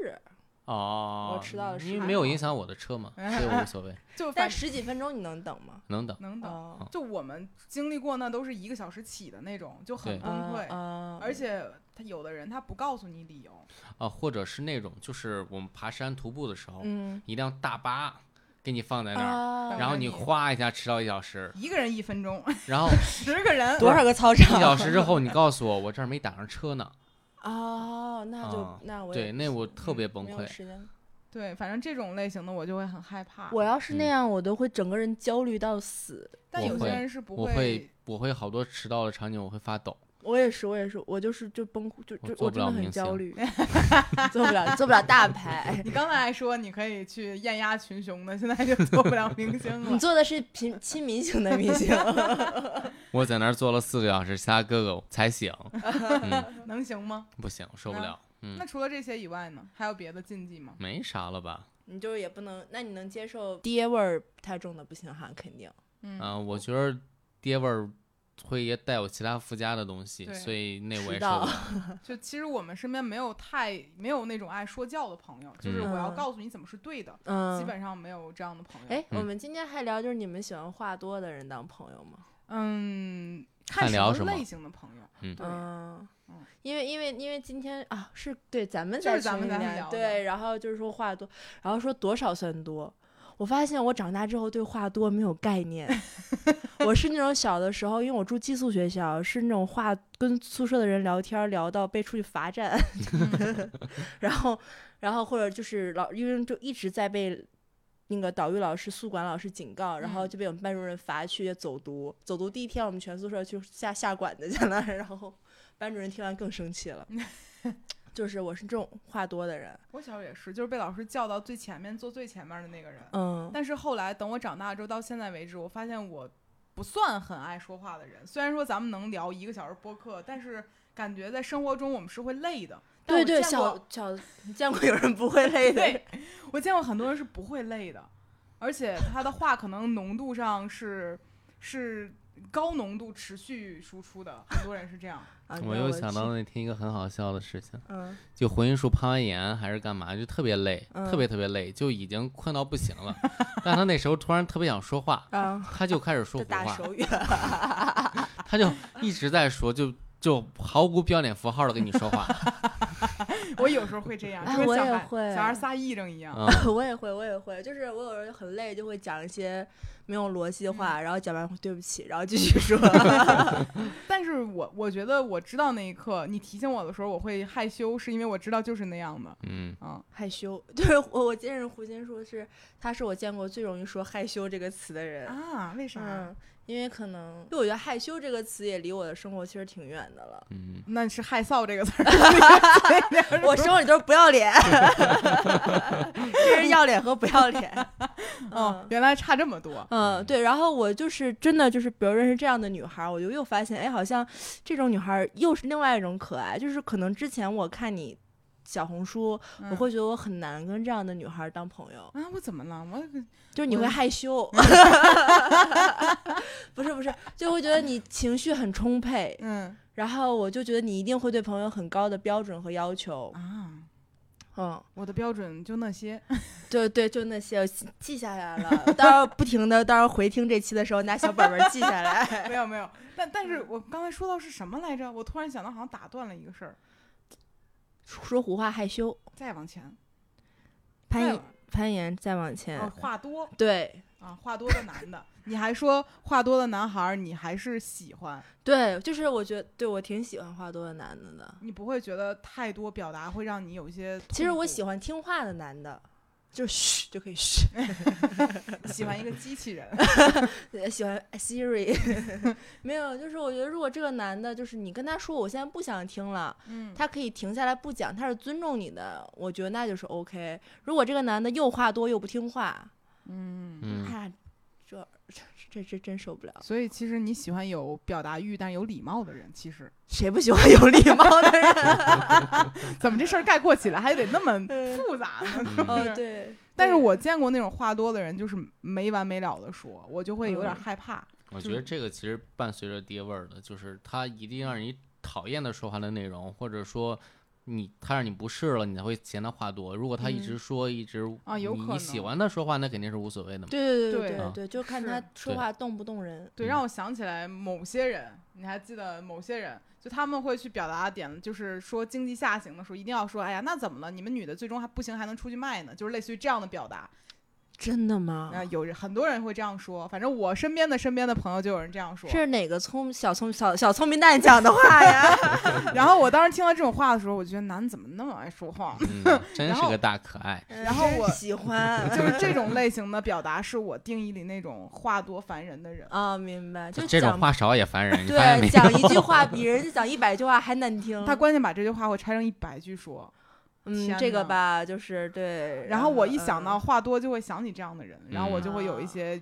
C: 哦，
A: 我迟到了
C: 因
A: 10
C: 为没有
B: 分
C: 影响我的
A: [LAUGHS]
C: 车嘛，
B: 哎
C: 所以我无所谓，
B: 就
A: 但
B: 反嗯
A: 十几分钟你能等吗？
C: 能等。
B: 能等。
A: 哦，
B: 就我们经历过那都是一个小时起的那种，就很
C: 对嗯
B: 崩溃。
A: 啊
B: 而且他有的人他不告诉你理由，
C: 啊，或者是那种就是我们爬山徒步的时候，
A: 嗯，
C: 一辆大巴给你放在那儿，
A: 啊
C: 然后你
B: 等着你
C: 哗一下迟到一
A: [LAUGHS]
C: 小时，
B: 一个人一分钟，
C: 然后
B: 十个人
A: 多少个操
C: 一
A: 场？
C: 小时之后你告诉我我这儿没打上车呢，
A: [LAUGHS] 哦，那就
C: 啊
A: 那我也嗯
C: 对，那我特别崩
A: 没有
C: 溃。
A: 时间。
B: [LAUGHS] 对，反正这种类型的我就会很害怕。
A: 我要是那
C: 嗯
A: 样，我都会整个人焦虑到死。
B: 但
C: 我
B: 有些
C: 会
B: 人是不
C: 我会我会好多迟到的场景我会发抖，
A: 我也是，我也是，我就是就崩溃，就
C: 我
A: 就
C: 做
A: 我
C: 不
A: 真的
C: 了
A: 很
C: 明
A: 焦
C: 星 [LAUGHS]
A: 虑，做不了做不了大牌。
B: 你刚才还说你可以去艳压群雄的，现在就做不了明星
A: 你
C: [LAUGHS]
B: 了。
A: 做的是平亲民型的明星， [LAUGHS]
C: 我在那儿坐了四个小时，其他哥哥
A: [LAUGHS]
C: 才醒，嗯，
B: 能行吗？
C: 不行，受不
B: 那
C: 了，嗯
B: 那，除了这些以外呢，还有别的禁忌吗？
C: 没啥了吧？
A: 你就是也不能，那你能接受爹味儿太重的不行哈，肯定。
B: 嗯，
C: 啊，我觉得爹味儿会也带有其他附加的东西，
B: 对
C: 所以那我
A: 迟
C: 也受
A: 到
C: 不了。
B: 就其实我们身边没有太没有那种爱说教的朋友，就是
C: 嗯
B: 我要
A: 嗯
B: 告诉你怎么是对的，
A: 嗯，
B: 基本上没有这样的朋友。
A: 哎，我
C: 嗯
A: 们今天还聊就是你们喜欢话多的人当朋友吗？
B: 嗯，
C: 看
B: 看
C: 聊
B: 什
C: 什么
B: 类型的朋友，
C: 嗯
B: 对，
A: 嗯
B: 嗯，
A: 因为因为因为今天啊，是对咱们
B: 就
A: 在
B: 是咱
A: 群
B: 们
A: 里
B: 咱们
A: 面
B: 聊的
A: 对，然后就是说话多，然后说多少算多。我发现我长大之后对话多没有概
B: [LAUGHS]
A: 念，我是那种小的时候，因为我住寄宿学校，是那种话跟宿舍的人聊天儿聊到被出去罚站， [LAUGHS]
B: 嗯
A: 然后，然后或者就是老，因为就一直在被那个导育老师、宿管老师警告，然后
B: 嗯
A: 就被我们班主任罚去走读。走读第一天，我们全宿舍就下下馆子去了， [LAUGHS] 然后班主任听完更生气 [LAUGHS] 了。就是我是这种话多的人，
B: 我小时候也是，就是被老师叫到最前面坐最前面的那个人。
A: 嗯，
B: 但是后来等我长大之后，到现在为止，我发现我不算很爱说话的人。虽然说咱们能聊一个小时播客，但是感觉在生活中我们是会累的。但
A: 对
B: 我
A: 对，
B: 见过
A: 小小，你 [LAUGHS] 见过有人不会累的？ [LAUGHS]
B: 对，我见过很多人是不会累的，而且他的话可能浓度上是是高浓度持续输出的，很多人是这样。
A: 啊，
C: 我
A: 那
C: 又想
A: 去
C: 到，那天一个很好笑的事情，
A: 嗯
C: 就回音术攀完岩还是干嘛，就特别累，
A: 嗯
C: 特别特别累，就已经困到不行了。 [LAUGHS] 但他那时候突然特别想说话，
A: 啊，
C: 他就开始说
A: 这
C: 胡
A: 大
C: 话，
A: 手语，
C: 他就一直在说，就就毫无标点符号的跟你
B: [LAUGHS]
C: 说话。
B: 我有时候会这样，
A: 哎
B: 就
A: 我
B: 跟小
A: 也
B: 孩
A: 会
B: 小孩撒癔症一样。
A: [LAUGHS]
C: 嗯，
A: 我也会，我也会，就是我有时候很累，就会讲一些没有逻辑的话，然后讲完对不起，然后继续说。
B: 但是我我觉得我知道那一刻，你提醒我的时候，我会害羞，是因为我知道就是那样的。
C: 嗯，。
B: 嗯，
A: 害羞， [LAUGHS] 就是我我见识胡金树是，他是我见过最容易说害羞这个词的人。
B: 啊，为啥？
A: 呃嗯，因为可能就我觉得害羞这个词也离我的生活其实挺远的了
C: 嗯，
B: 那是害臊这个词儿。
A: [LAUGHS] 我生活里都是不要脸， [LAUGHS] 这是要脸和不要
B: [LAUGHS]
A: 脸。
B: [LAUGHS] 哦，原来差这么多。啊
A: 嗯，对，然后我就是真的就是，比如认识这样的女孩儿，我就又发现，哎，好像这种女孩儿又是另外一种可爱，就是可能之前我看你。小红书，
B: 嗯
A: 我会觉得我很难跟这样的女孩当朋友，
B: 啊，我怎么了？我
A: 就是你
B: 我
A: 会害羞，不是不是，就会觉得你情绪很充沛，
B: 嗯
A: 然后我就觉得你一定会对朋友很高的标准和要求，
B: 啊，
A: 嗯，
B: 我的标准就那些。
A: 对对，就那些我记记下来了，到时候不停的，到时候回听这期的时候拿小本本记下来。
B: [LAUGHS] 没有没有，但但是我刚才说到是什么来着？我突然想到，好像打断了一个事儿。
A: 说胡话害羞，
B: 再往前，
A: 攀
B: 再
A: 岩
B: 往
A: 攀岩再往前，
B: 哦，话多
A: 对
B: 啊，话多的男的，你还说话多的男孩儿，你还是喜欢，
A: 对，就是我觉得对我挺喜欢话多的男的的。
B: 你不会觉得太多表达会让你有一些痛苦。
A: 其实我喜欢听话的男的，就是嘘就可以嘘，
B: 喜欢一个机
A: [LAUGHS]
B: 器人，
A: 呃喜欢 Siri，没 [LAUGHS] 有，就是我觉得如果这个男的，就是你跟他说我现在不想听了，
B: 嗯，
A: 他可以停下来不讲，他是尊重你的，我觉得那就是 OK。如果这个男的又话多又不听话，
B: 嗯。
C: 嗯，
A: 哎呀，这这这这真受不了。
B: 所以其实你喜欢有表达欲但是有礼貌的人，其实
A: 谁不喜欢有礼貌的人？啊
B: [LAUGHS] 怎么这事儿概括起来还得那么
A: [LAUGHS] 嗯
B: 复杂呢？
C: 嗯
A: 哦，对。
B: 但是我见过那种话多的人，就是没完没了的说，我就会有点
A: 嗯
B: 害怕。
C: 我
B: 就
C: 觉得
B: 是
C: 这个其实伴随着爹味儿的，就是他一定让你讨厌的说话的内容，或者说你他让你不适了，你才会嫌他话多。如果他一直说，一直
B: 嗯啊有
C: 你
B: 可
C: 你喜
B: 能
C: 欢他说话，那肯定是无所谓的嘛。
A: 对对
B: 对
A: 对
C: 啊
A: 对，就看他
B: 是
A: 说话动不动人。
B: 对，
C: 嗯
B: 让我想起来某些人，你还记得某些人，就他们会去表达的点，就是说经济下行的时候，一定要说，哎呀，那怎么了？你们女的最终还不行，还能出去卖呢，就是类似于这样的表达。
A: 真的吗
B: 那、有人很多人会这样说，反正我身边的身边的朋友就有人这样说。
A: 是哪个聪小聪小小聪明蛋讲的话呀？
B: 然后我当时听到这种话的时候，我觉得男的怎么那么爱说
A: [LAUGHS]
B: 话？
C: 嗯，真
B: 然
C: 是
B: 后
C: 个大可爱。
A: 嗯
B: [LAUGHS] 然后
A: 真
B: 我
A: 喜欢
B: 就是这种类型的表达，是我定义里那种话多烦人的人。
A: 啊，明白，就
C: 这种
A: 讲
C: 话少也烦人，你发现没
A: 对讲一
C: 有？ [LAUGHS]
A: 句话比人家讲一百句话还难听。
B: 他关键把这句话会拆成一百句说，
A: 嗯，
B: 天
A: 这个
B: 呐
A: 吧，就是对。
B: 然后我一想到
A: 嗯，
B: 话多，就会想起这样的人，然后我
A: 嗯
B: 就会有一些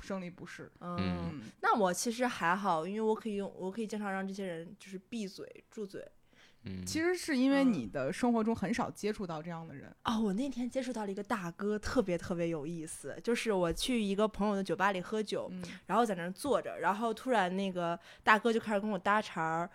B: 生理不适。
A: 嗯，
B: 嗯，
A: 那我其实还好，因为我可以用，我可以经常让这些人就是闭嘴、住嘴。
C: 嗯，
B: 其实是因为
A: 嗯
B: 你的生活中很少接触到这样的人。
A: 哦，我那天接触到了一个大哥，特别特别有意思。就是我去一个朋友的酒吧里喝酒，
B: 嗯
A: 然后在那儿坐着，然后突然那个大哥就开始跟我搭茬儿、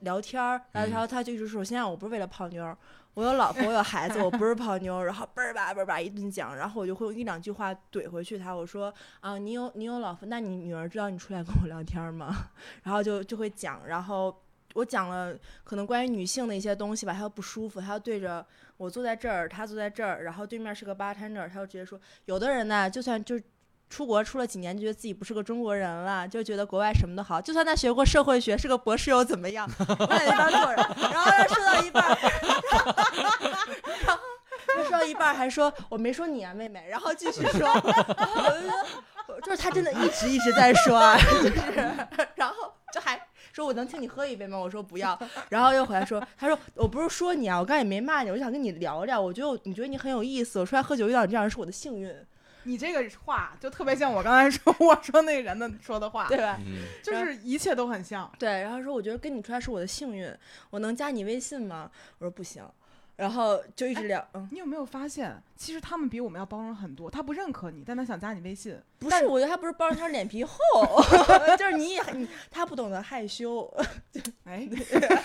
A: 聊天儿，然后然后他就一直说：“现在我不是为了泡妞儿，我有老婆，我有孩子，我不是泡妞儿。”然后嘣儿吧嘣儿吧一顿讲，然后我就会用一两句话怼回去他，我说：“啊，你有你有老婆，那你女儿知道你出来跟我聊天儿吗？” [LAUGHS] 然后就就会讲，然后。我讲了可能关于女性的一些东西吧，他又不舒服，他又对着我坐在这儿，他坐在这儿，然后对面是个 bartender，他就直接说，有的人呢，就算就出国出了几年，就觉得自己不是个中国人了，就觉得国外什么都好，就算他学过社会学，是个博士又怎么样？ [LAUGHS] 我俩就当做人，然后他说到一半儿， [LAUGHS] 然后他说到一半儿还说我没说你啊，妹妹，然后继续说， [LAUGHS] 然后我就觉得就是他真的一直一直在说啊， [LAUGHS] 就是然后就还。说我能请你喝一杯吗？我说不要，然后又回来说，他说我不是说你啊，我刚才也没骂你，我就想跟你聊聊，我觉得我你觉得你很有意思，我出来喝酒遇到你这样人是我的幸运，
B: 你这个话就特别像我刚才说我说那个人的说的话，
A: 对吧？
C: 嗯，
B: 就是一切都很像。
A: 对，然后说我觉得跟你出来是我的幸运，我能加你微信吗？我说不行，然后就一直聊，嗯，
B: 你有没有发现，其实他们比我们要包容很多？他不认可你，但他想加你微信。
A: 不
B: 但
A: 是，我觉得他不是包着他脸皮厚， [LAUGHS] 就是你也你他不懂得害羞， [LAUGHS]
B: 哎， [LAUGHS]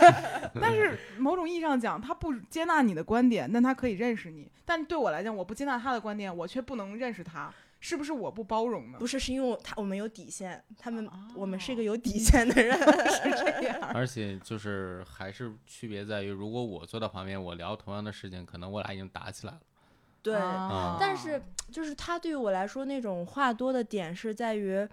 B: 但是某种意义上讲，他不接纳你的观点，但他可以认识你。但对我来讲，我不接纳他的观点，我却不能认识他，是不是我不包容呢？
A: 不是，是因为我他我们有底线，他们、我们是一
B: 哦
A: 个啊有底线的人， [LAUGHS]
B: 是这 [LAUGHS] 样，
C: 而且就是还是区别在于，如果我坐到旁边，我聊同样的事情，可能我俩已经打起来了。
A: 对，
B: 啊
A: 但是就是他对于我来说那种话多的点是在于，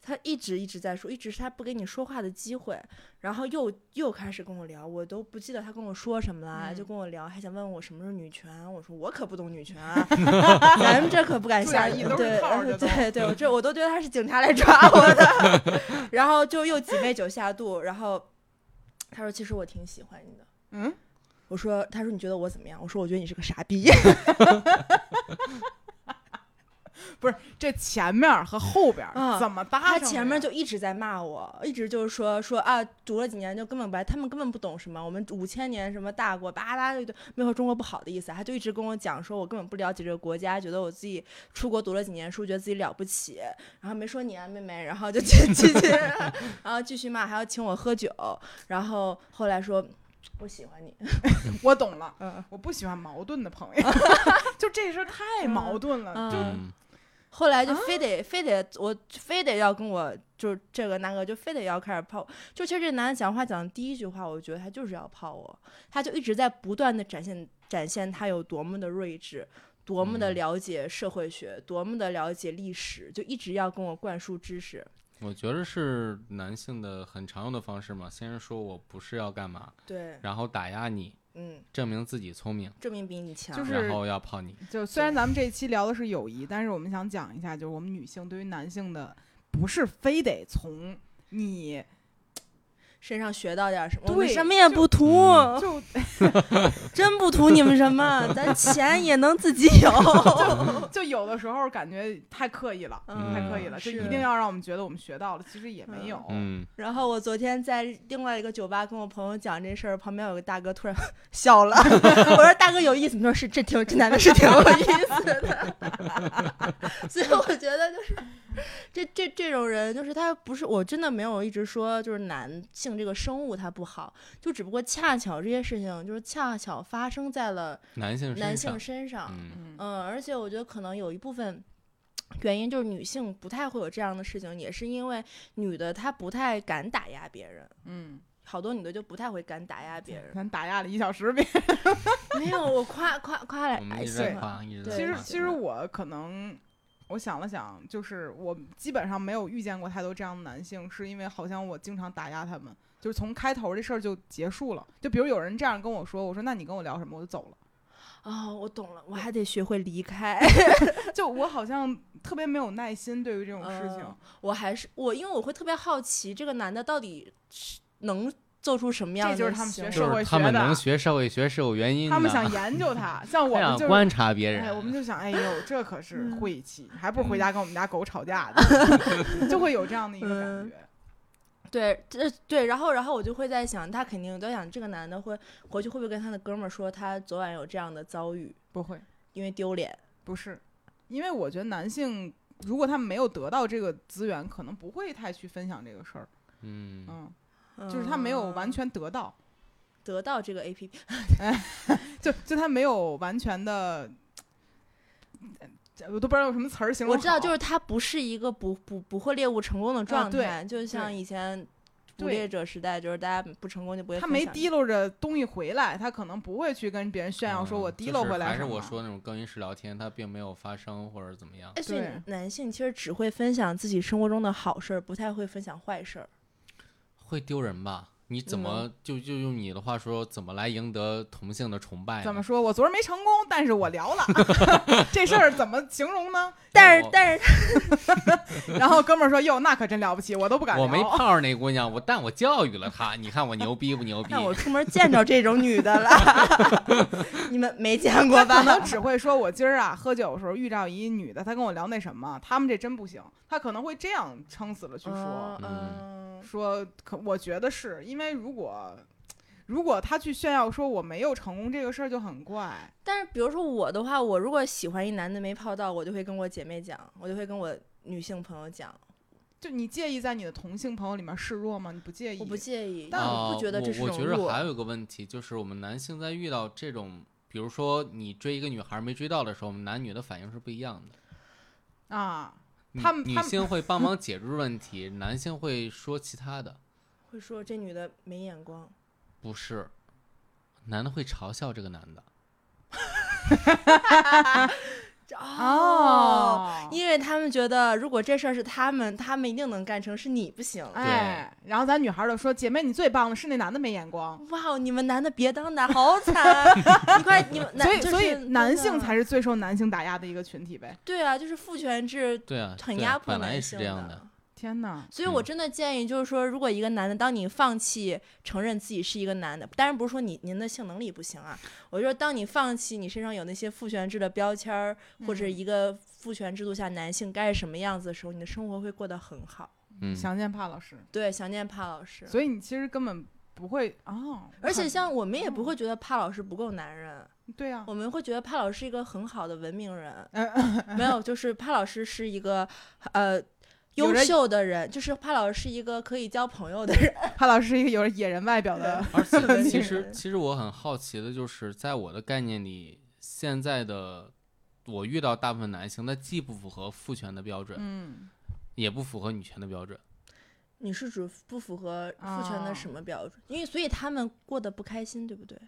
A: 他一直一直在说，一直是他不给你说话的机会，然后又又开始跟我聊，我都不记得他跟我说什么了，
B: 嗯
A: 就跟我聊，还想问我什么是女权，我说我可不懂女权啊，咱们这可不敢
B: 注
A: 下，
B: 点意
A: 对
B: 都是套儿
A: 呃
B: 这都
A: 对对，我这我都觉得他是警察来抓我的，然后就又几杯酒下肚，然后他说其实我挺喜欢你的。
B: 嗯，
A: 我说，他说你觉得我怎么样？我说我觉得你是个傻逼。
B: 不是这前面儿和后边儿
A: 嗯
B: 怎么搭上
A: 他
B: 的呀？
A: 前面就一直在骂我，一直就是说说啊，读了几年就根本白，他们根本不懂什么，我们五千年什么大国，巴拉一堆，没有中国不好的意思啊。他就一直跟我讲说，我根本不了解这个国家，觉得我自己出国读了几年书，觉得自己了不起，然后没说你啊，妹妹，然后就继继续， [LAUGHS] 然后继续骂，还要请我喝酒，然后后来说我喜欢你，
B: 我懂了，
A: 嗯。
B: 我不喜欢矛盾的
A: [LAUGHS]
B: 朋友，就这事儿太矛盾了。
A: 嗯
B: 就
C: 嗯，
A: 后来就非得、非得我非得要跟我就是这个那个，就非得要开始泡我。就其实这男的讲话讲的第一句话，我觉得他就是要泡我，他就一直在不断的展现展现他有多么的睿智，多么的
C: 嗯
A: 了解社会学，多么的了解历史，就一直要跟我灌输知识。
C: 我觉得是男性的很常用的方式嘛。先是说我不是要干嘛，
A: 对，
C: 然后打压你，
A: 嗯，
C: 证明自己聪明，
A: 证明比你强。
B: 就是
C: 然后要泡你。
B: 就虽然咱们这一期聊的是友谊，但是我们想讲一下，就是我们女性对于男性的，不是非得从你
A: 身上学到点什么，
B: 对
A: 我们什么也不图，
C: 嗯
B: 就
A: [LAUGHS] 真不图你们什么，咱钱也能自己有。
B: 就有的时候感觉太刻意了。
A: 嗯
B: 太刻意了，就是一定要让我们觉得我们学到了，其实也没有。
C: 嗯，
A: 然后我昨天在另外一个酒吧跟我朋友讲这事儿，旁边有个大哥
C: [LAUGHS]
A: 突然笑了，我说大哥有意思，你说是这挺这男的是挺有意思的， [LAUGHS] 所以我觉得就是这这这种人，就是他不是我真的没有一直说就是男性这个生物它不好，就只不过恰巧这些事情就是恰巧发生在了
C: 男性身
A: 男
C: 上
A: 性身上，
C: 嗯
B: 嗯
A: 嗯，而且我觉得可能有一部分原因就是女性不太会有这样的事情，也是因为女的她不太敢打压别人，
B: 嗯，
A: 好多女的就不太会敢打压别
B: [LAUGHS]
A: 人。
B: 咱打压了一小时，别
A: 没有，我夸夸夸来
C: 我，
A: 哎
C: 们一直
A: 行
C: 在
A: 了
C: 夸，一直
A: 对
B: 其
C: 在
B: 实
C: 夸。
B: 其实我可能我想了想，就是我基本上没有遇见过太多这样的男性，是因为好像我经常打压他们，就是从开头这事儿就结束了。就比如有人这样跟我说，我说那你跟我聊什么，我就走了。
A: 哦，我懂了，我还得学会离开。 [LAUGHS]
B: 就我好像特别没有耐心对于这种事情。
A: 嗯我还是我，因为我会特别好奇这个男的到底是能做出什么样的
B: 这
A: 行
B: 就
A: 为，
B: 是他们学
C: 就
B: 社会
C: 是他们
B: 学的
C: 能学社会学是有原
A: 嗯
C: 因的，
B: 他们想研究它，像我
C: 他
B: 们
C: 想
B: 就是。
C: 观察别
B: 哎，我们
C: 人。
B: 就想，哎呦，这可是
A: 嗯
B: 晦气，还不如回家跟我们家狗吵架
A: [LAUGHS]
B: 呢，就会有这样的一个感
A: 嗯
B: 觉。
A: 对，这对，然后然后我就会在想，他肯定我在想这个男的会回去会不会跟他的哥们儿说他昨晚有这样的遭遇，
B: 不会，
A: 因为丢脸。
B: 不是，因为我觉得男性如果他们没有得到这个资源，可能不会太去分享这个事儿。
C: 嗯，
B: 嗯，就是他没有完全得到，
A: 嗯得到这个 A P P，
B: 就就他没有完全的，呃我都不知道用什么词儿形容
A: 我
B: 好。啊
A: 知道，就是他不是一个捕捕捕获猎物成功的状
B: 对
A: 态，就像以前捕
B: 对
A: 猎者时代，就是大家不成功就不会
B: 他
A: 分
B: 没
A: 享
B: 滴溜着东西回来，他可能不会去跟别人炫耀说
C: 嗯
B: 我滴
C: 就
B: 溜
C: 是
B: 回来
C: 还
B: 什
C: 是
B: 么。
C: 我说那种更衣室聊天，它并没有发生或者怎么样。
A: 哎，所以
B: 对
A: 男性其实只会分享自己生活中的好事儿，不太会分享坏事儿。
C: 会丢人吧？你怎么就就用你的话说，怎么来赢得同性的崇拜呢？
B: 怎么说？我昨儿没成功，但是我聊
C: [LAUGHS]
B: 了这事儿，怎么形容呢？ [LAUGHS]
A: 但是
C: 我
A: 但是
B: 然后哥们儿说：“哟，那可真了不起，我都不敢聊。
C: 我没泡儿那姑娘，我但我教育了她，你看我牛逼不牛逼
A: 但？我出门见着这种女
C: [LAUGHS]
A: 的了， [LAUGHS] 你们没 [LAUGHS] 见过
B: 他可
A: 吧？
B: 能 [LAUGHS] 只会说，我今儿啊喝酒的时候遇到一女的，她跟我聊那什么，他们这真不行。他可能会这样撑死
C: [LAUGHS]
B: 了去说，
A: 嗯嗯
B: 说可我觉得是因为如果如果他去炫耀说我没有成功这个事儿就很怪，
A: 但是比如说我的话，我如果喜欢一男的没泡到，我就会跟我姐妹讲，我就会跟我女性朋友讲，
B: 就你介意在你的同性朋友里面示弱吗？你不介意？
A: 我不介意，
B: 但
A: 我
C: 啊
A: 不觉得这是
C: 我
A: 种
C: 觉得
A: 弱。
C: 还有一个问题，就是我们男性在遇到这种，比如说你追一个女孩没追到的时候，我们男女的反应是不一样的。
B: 啊，
C: 女
B: 他们
C: 女
B: 他们
C: 性会帮忙解决问题，男性会说其他的，
A: 会说这女的没眼光，
C: 不是，男的会嘲笑这个男的。
B: 哦，
A: 因为他们觉得如果这事儿是他们，他们一定能干成，是你不行。
B: 哎，然后咱女孩儿就说：“姐妹，你最棒的是那男的没眼光。”
A: 哇，你们男的别当男，好 [LAUGHS] 惨！你快，你们男
B: 所以，
A: 就是
B: 所以男
A: 真的
B: 性才是最受男性打压的一个群体呗。
A: 对啊，就是父权制
C: 对啊，
A: 很
C: 对啊
A: 压迫
C: 本来
A: 男
C: 也是
A: 性
C: 这样的。
B: 天哪！
A: 所以，我
C: 嗯
A: 真的建议，就是说，如果一个男的，当你放弃承认自己是一个男的，当然不是说你您的性能力不行啊，我就说，当你放弃你身上有那些父权制的标签儿，或者
B: 嗯
A: 一个父权制度下男性该是什么样子的时候，你的生活会过得很好。
C: 嗯，
B: 想见帕老师，
A: 对，想念帕老师。
B: 所以你其实根本不会哦，
A: 而且
B: 很嗯
A: 像我们也不会觉得帕老师不够男人，
B: 对啊，
A: 我们会觉得帕老师是一个很好的文明
B: [LAUGHS]
A: 人。
B: 嗯
A: 没有，就是帕老师是一个呃
B: 有
A: 优
B: 人
A: 秀的人，就是帕老师是一个可以交朋友的人。 [LAUGHS]
B: 帕老师是一个有着野人外表的，
C: 而 [LAUGHS]
A: 特别
C: 且
A: 女
C: 其实
A: 人
C: 其实我很好奇的就是，在我的概念里，现在的我遇到大部分男性，他既不符合父权的标准，
B: [LAUGHS] 嗯，
C: 也不符合女权的标准。
A: 你是指不符合父权
B: 哦
A: 的什么标准？因为所以他们过得不开心，对不对？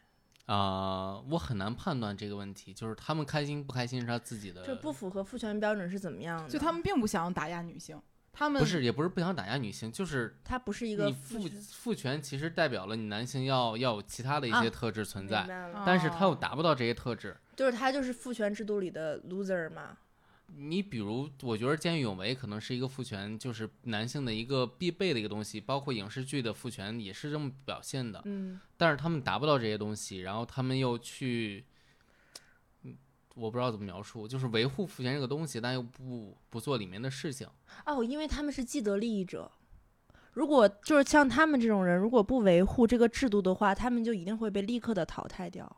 C: 啊、我很难判断这个问题，就是他们开心不开心是他自己的，
A: 这不符合父权标准是怎么样的？
B: 就他们并不想打压女性，他们嗯
C: 不是也不是不想打压女性，就是
A: 他不是一个
C: 你
A: 父
C: 父
A: 权
C: 父权其实代表了你男性要要有其他的一
A: 啊
C: 些特质存
A: 明
C: 在，
A: 白哦了
B: 啊
C: 但是他又达不到这些特质。
A: 就是他就是父权制度里的 loser 嘛。
C: 你比如，我觉得见义勇为可能是一个父权，就是男性的一个必备的一个东西，包括影视剧的父权也是这么表现的。
A: 嗯，
C: 但是他们达不到这些东西，然后他们又去，嗯我不知道怎么描述，就是维护父权这个东西，但又不不做里面的事情。
A: 哦，因为他们是既得利益者。如果就是像他们这种人，如果不维护这个制度的话，他们就一定会被立刻的淘汰掉，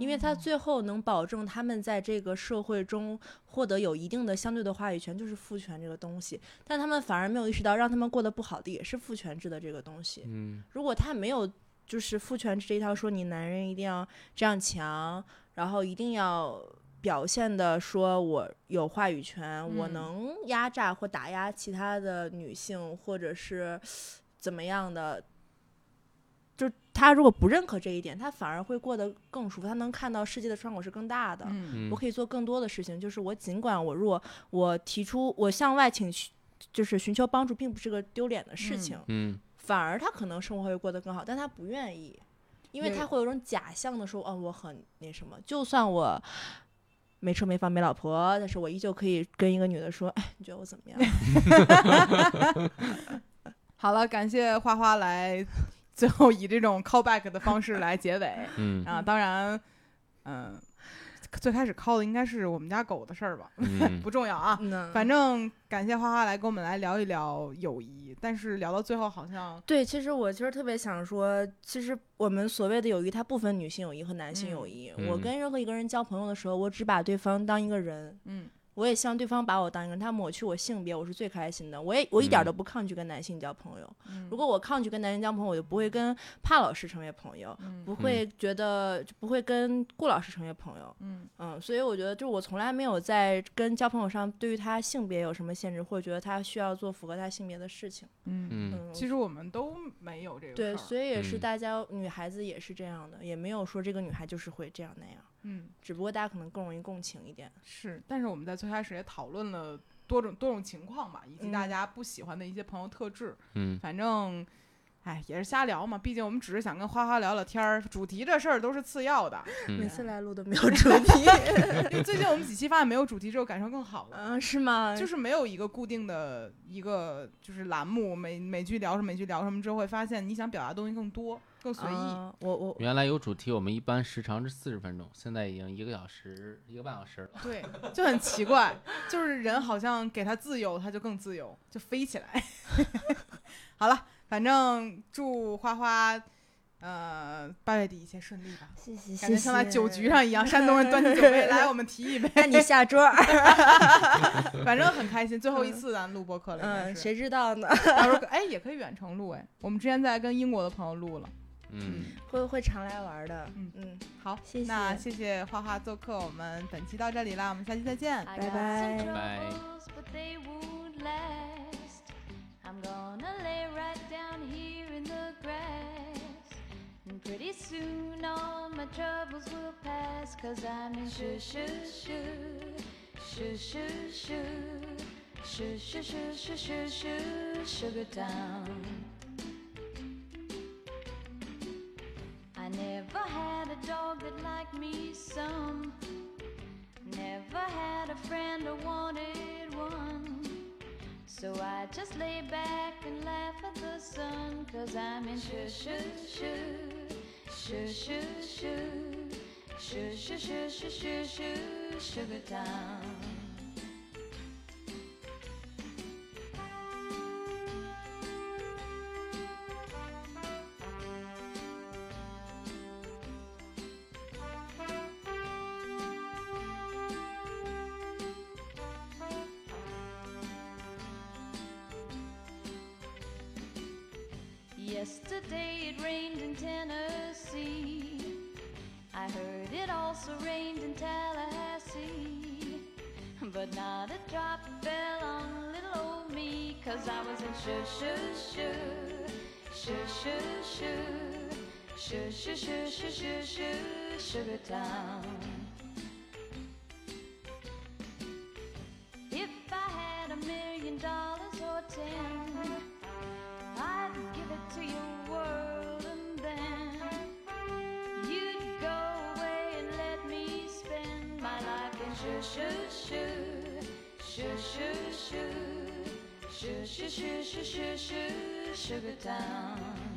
A: 因为他最后能保证他们在这个社会中获得有一定的相对的话语权，就是父权这个东西。但他们反而没有意识到，让他们过得不好的也是父权制的这个东西。
C: 嗯，
A: 如果他没有就是父权制这一套，说你男人一定要这样强，然后一定要表现的说我有话语权，我
B: 嗯
A: 能压榨或打压其他的女性，或者是怎么样的。就是他如果不认可这一点，他反而会过得更舒服，他能看到世界的窗口是更大的。
B: 嗯
C: 嗯
A: 我可以做更多的事情。就是我尽管我弱，我提出我向外请寻，就是寻求帮助，并不是个丢脸的事
B: 嗯
A: 情。
C: 嗯，
A: 反而他可能生活会过得更好，但他不愿意，因为
B: 也
A: 他会有种假象的说，哦，我很那什么，就算我没车没房没老婆，但是我依旧可以跟一个女的说，哎，你觉得我怎么样？
B: 好了，感谢花花来，最后以这种 callback 的方式来结尾。
C: 嗯
B: 啊，当然，嗯、最开始 call 的应该是我们家狗的事儿吧，
C: 嗯
B: 不重
A: [LAUGHS]
B: 要啊。
A: 嗯，
B: 反正感谢花花来跟我们来聊一聊友谊，但是聊到最后好像
A: 对，其实我其实特别想说，其实我们所谓的友谊，它不分女性友谊和男性
B: 嗯
A: 友谊。
C: 嗯
A: 我跟任何一个人交朋友的时候，我只把对方当一个人，
B: 嗯
A: 我也希望对方把我当一个人，他抹去我性别，我是最开心的。我也我一点
C: 嗯
A: 都不抗拒跟男性交朋友。
B: 嗯
A: 如果我抗拒跟男性交朋友，我就不会跟帕老师成为朋友，
B: 嗯
A: 不会觉得就不会跟顾老师成为朋友。
B: 嗯
A: 嗯，所以我觉得，就我从来没有在跟交朋友上对于他性别有什么限制，或者觉得他需要做符合他性别的事情。
B: 嗯，
C: 嗯
A: 嗯，
B: 其实我们都没有这个
A: 对，所
B: 以
A: 以也是
C: 嗯
A: 大家女孩子也是这样的，也没有说这个女孩就是会这样那样，
B: 嗯
A: 只不过大家可能更容易共情一点。
B: 是，但是我们在最开始也讨论了多种多种情况吧，以及大
A: 嗯
B: 家不喜欢的一些朋友特质，
C: 嗯
B: 反正。哎，也是瞎聊嘛，毕竟我们只是想跟花花聊聊天儿，主题这事儿都是次
A: [LAUGHS]
B: 要的。
C: 嗯
A: 每次来录都没有主题，
B: 就最近我们几期发现没有主题之后，感受更好了。
A: [LAUGHS] 嗯，是吗？
B: 就是没有一个固定的一个就是栏目，每每句聊什么，每句聊什么之后，会发现你想表达的东西更多，更随意。
A: 啊我我
C: 原来有主题，我们一般时长是四十分钟，现在已经一个小时一个半小时了。
B: 对，就很奇怪，就是人好像给他自由，他就更自由，就飞起来。 [LAUGHS] 好了，反正祝花花，呃，八月底一切顺利吧。
A: 谢谢，
B: 感觉像在
A: 谢
B: 酒
A: 谢
B: 局。上一样，山东人端起酒杯来，我们
A: [LAUGHS]
B: 提一杯，
A: 那你下桌儿，
B: [LAUGHS] 反正很开心。最后一次咱录播客了，应该
A: 嗯，
B: 是。
A: 谁知道呢？ [LAUGHS]
B: 到时候哎也可以远程录哎，我们之前在跟英国的朋友录了。
C: 嗯。
A: 会会常来玩的。
B: 嗯
A: 嗯，
B: 好，
A: 谢谢
B: 那谢谢花花做客，我们本期到这里啦，我们下期再见。
D: I
A: Bye
D: got some
A: bye.
C: Bye.
D: troubles, but they won't last. I'm gonna lay right down here in the grass. And pretty soon all my troubles will pass. Cause I'm in shoo shoo shoo, shoo shoo shoo, shoo shoo shoo shoo shoo shoo, sugar town. I never had a dog that liked me some. Never had a friend or wanted one. So I just lay back and laugh at the sun. Cause I'm in shoo shoo shoo, shoo shoo shoo, shoo shoo shoo shoo shoo shoo, sugar town. Yesterday it rained in Tennessee. I heard it also rained in Tallahassee. But not a drop fell on little old me, cause I was in shoo shoo shoo, shoo shoo shoo, shoo shoo shoo shoo shoo shoo, sugar town. If I had a million dollars or ten, I'd give it to your world and then you'd go away and let me spend my life in shoo shoo shoo, shoo shoo shoo, shoo shoo shoo shoo shoo shoo, sugar town.